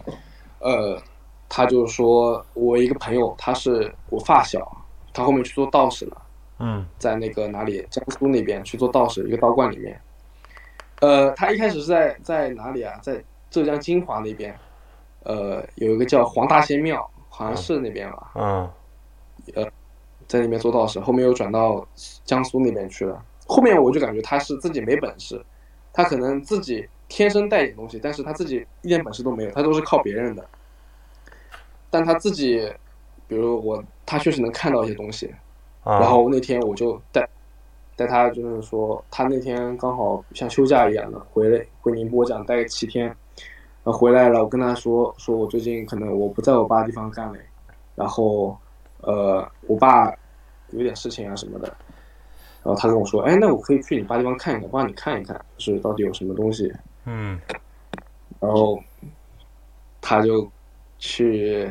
呃，他就说我一个朋友，他是我发小，他后面去做道士了。
嗯
在那个哪里江苏那边去做道士，一个道观里面。呃，他一开始是在在哪里啊？在浙江金华那边，呃，有一个叫黄大仙庙，好像是那边吧，
嗯
在那边做道士，后面又转到江苏那边去了。后面我就感觉他是自己没本事，他可能自己天生带点东西，但是他自己一点本事都没有，他都是靠别人的。但他自己，比如我，他确实能看到一些东西，
啊，
然后那天我就带带他，就是说他那天刚好像休假一样的回来回宁波这样待个七天，然后回来了，我跟他说说我最近可能我不在我爸地方干了，然后呃我爸有点事情啊什么的，然后他跟我说，哎，那我可以去你爸地方看一看，帮你看一看，就是到底有什么东西，
嗯
然后他就去，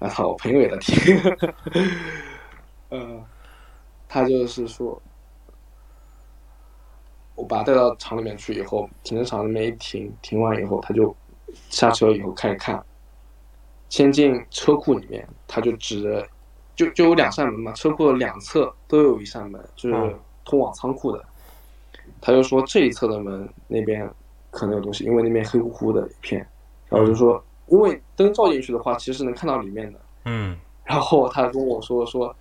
啊操，我朋友也在听，呃，他就是说，我把他带到厂里面去以后，停车场那边一停，停完以后，他就下车以后开始看，先进车库里面，他就指着，就就有两扇门嘛，车库的两侧都有一扇门，就是
嗯
通往仓库的，他就说这一侧的门那边可能有东西，因为那边黑乎乎的一片，然后就说，因为灯照进去的话，其实能看到里面的。
嗯
然后他跟我说说，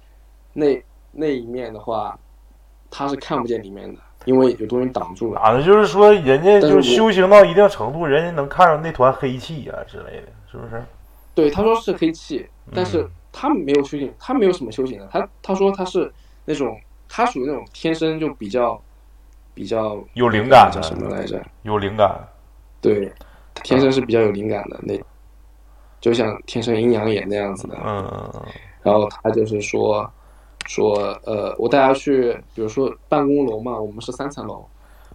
那那一面的话，他是看不见里面的，因为有东西挡住了。
咋的？就是说，人家
但
就是
我
修行到一定程度，人家能看上那团黑气啊之类的，是不是？
对，他说是黑气，但是
嗯
他没有修行，他没有什么修行的。他他说他是那种，他属于那种天生就比较比较
有灵感
叫
的
什么来着？
有灵感。
对，天生是比较有灵感的那，就像天生阴阳眼那样子的。
嗯
然后他就是说说呃，我带他去，比如说办公楼嘛，我们是三层楼，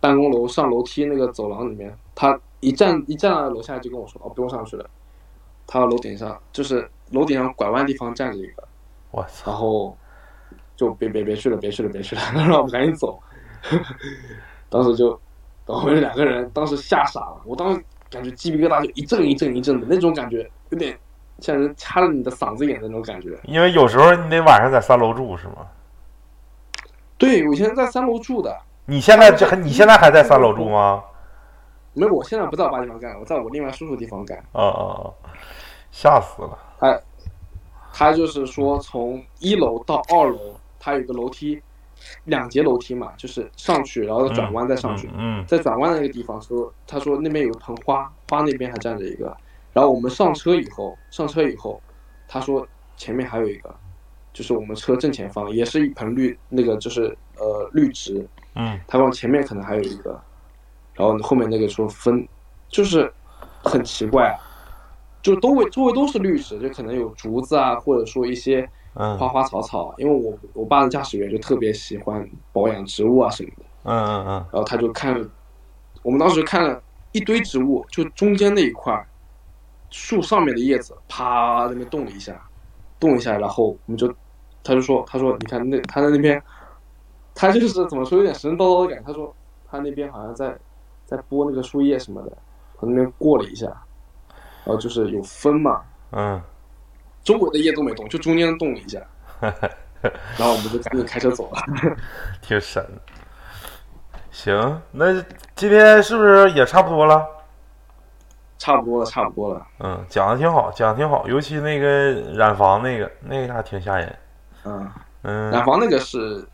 办公楼上楼梯那个走廊里面，他一站一站到楼下就跟我说哦，不用上去了，他到楼顶上就是楼顶上拐弯地方站着一个，
我
然
操！
后就别别别去了，别去了，别去了， 让我们赶紧走。当时就，然后我们两个人当时吓傻了，我当时感觉鸡皮疙瘩就一阵一阵一阵的那种感觉，有点像人掐着你的嗓子眼的那种感觉。
因为有时候你得晚上在三楼住是吗？
对，我以前在三楼住的，
你现在这还你现在还在三楼住吗？
没有，我现在不在我爸地方干，我在我另外叔叔地方干。
啊啊啊！吓死了！
他他就是说从一楼到二楼，他有一个楼梯，两节楼梯嘛，就是上去，然后再转弯再上去。
嗯
在转弯的那个地方说，他说那边有一盆花，花那边还站着一个。然后我们上车以后，上车以后，他说前面还有一个，就是我们车正前方也是一盆绿，那个就是呃绿植，
嗯
他往前面可能还有一个，然后后面那个说分，就是很奇怪、啊，就周围周围都是绿植，就可能有竹子啊，或者说一些
嗯
花
嗯
花草草。啊因为我我爸的驾驶员就特别喜欢保养植物啊什么的，
嗯嗯
然后他就看了，我们当时看了一堆植物，就中间那一块儿树上面的叶子啪在那边动了一下，动一下，然后我们就，他就说，他说你看那他在那边，他就是怎么说有点神神叨叨的感觉，他说他那边好像在在拨那个树叶什么的，从那边过了一下，然后就是有风嘛，
嗯
周围的叶都没动，就中间动了一下，然后我们就赶紧开车走了。
嗯，挺神。行，那今天是不是也差不多了？
差不多了，差不多了。
嗯，讲的挺好，讲的挺好，尤其那个染房那个，那个还挺吓人。
嗯，染
嗯
房那个是，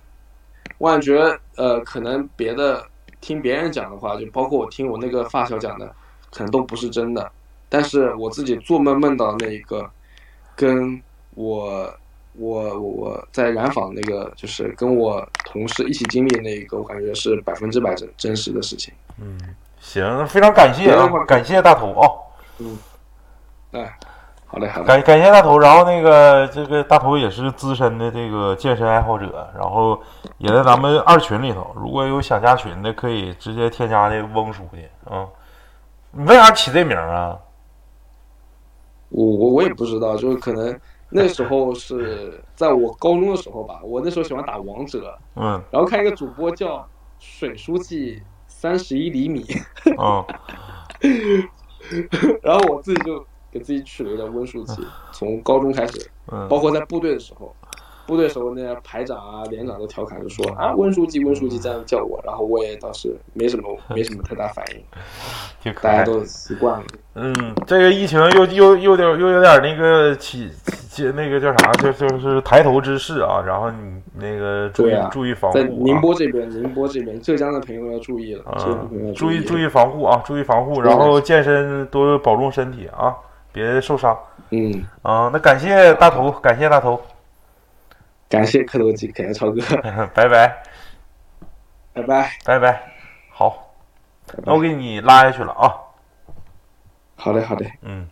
我感觉呃，可能别的听别人讲的话，就包括我听我那个发小讲的，可能都不是真的。但是我自己做梦梦到那一个，跟我我我我在染坊那个，就是跟我同事一起经历那一个，我感觉是百分之百真真实的事情。
嗯，行，非常感谢啊
别的话，
感谢大头啊、
哎，好嘞好嘞，
感感谢大头，然后那个这个大头也是资深的这个健身爱好者，然后也在咱们二群里头，如果有想加群的，可以直接添加那翁书记啊。你为啥起这名儿啊？
我我我也不知道，就是可能那时候是在我高中的时候吧，我那时候喜欢打王者，
嗯
然后看一个主播叫水书记三十一厘米，
嗯，
然后我自己就给自己取了一个温书记，从高中开始，包
嗯，
括在部队的时候，部队的时候那些排长啊、连长都调侃就说啊温书记温书记这样叫我，然后我也当时没什么没什么太大反应，
挺可
大家
爱。
都习惯了。
嗯，这个疫情又又又点又有点那个起起那个叫啥，就就是抬头之势啊。然后你那个注意、
对啊
注意防护、
在
啊，
宁波这边，宁波这边，浙江的朋友要注意了，浙江的朋友
嗯，
要
注意
意
注，意防护啊，注意防护，然后健身多保重身体啊，别受伤
嗯，
啊。那感谢大头，感谢大头，
感谢磕头机，感谢超哥，
拜拜
拜拜，
拜拜，好，
拜
那我
拜，
给你拉下去了啊，
好嘞好嘞，
嗯，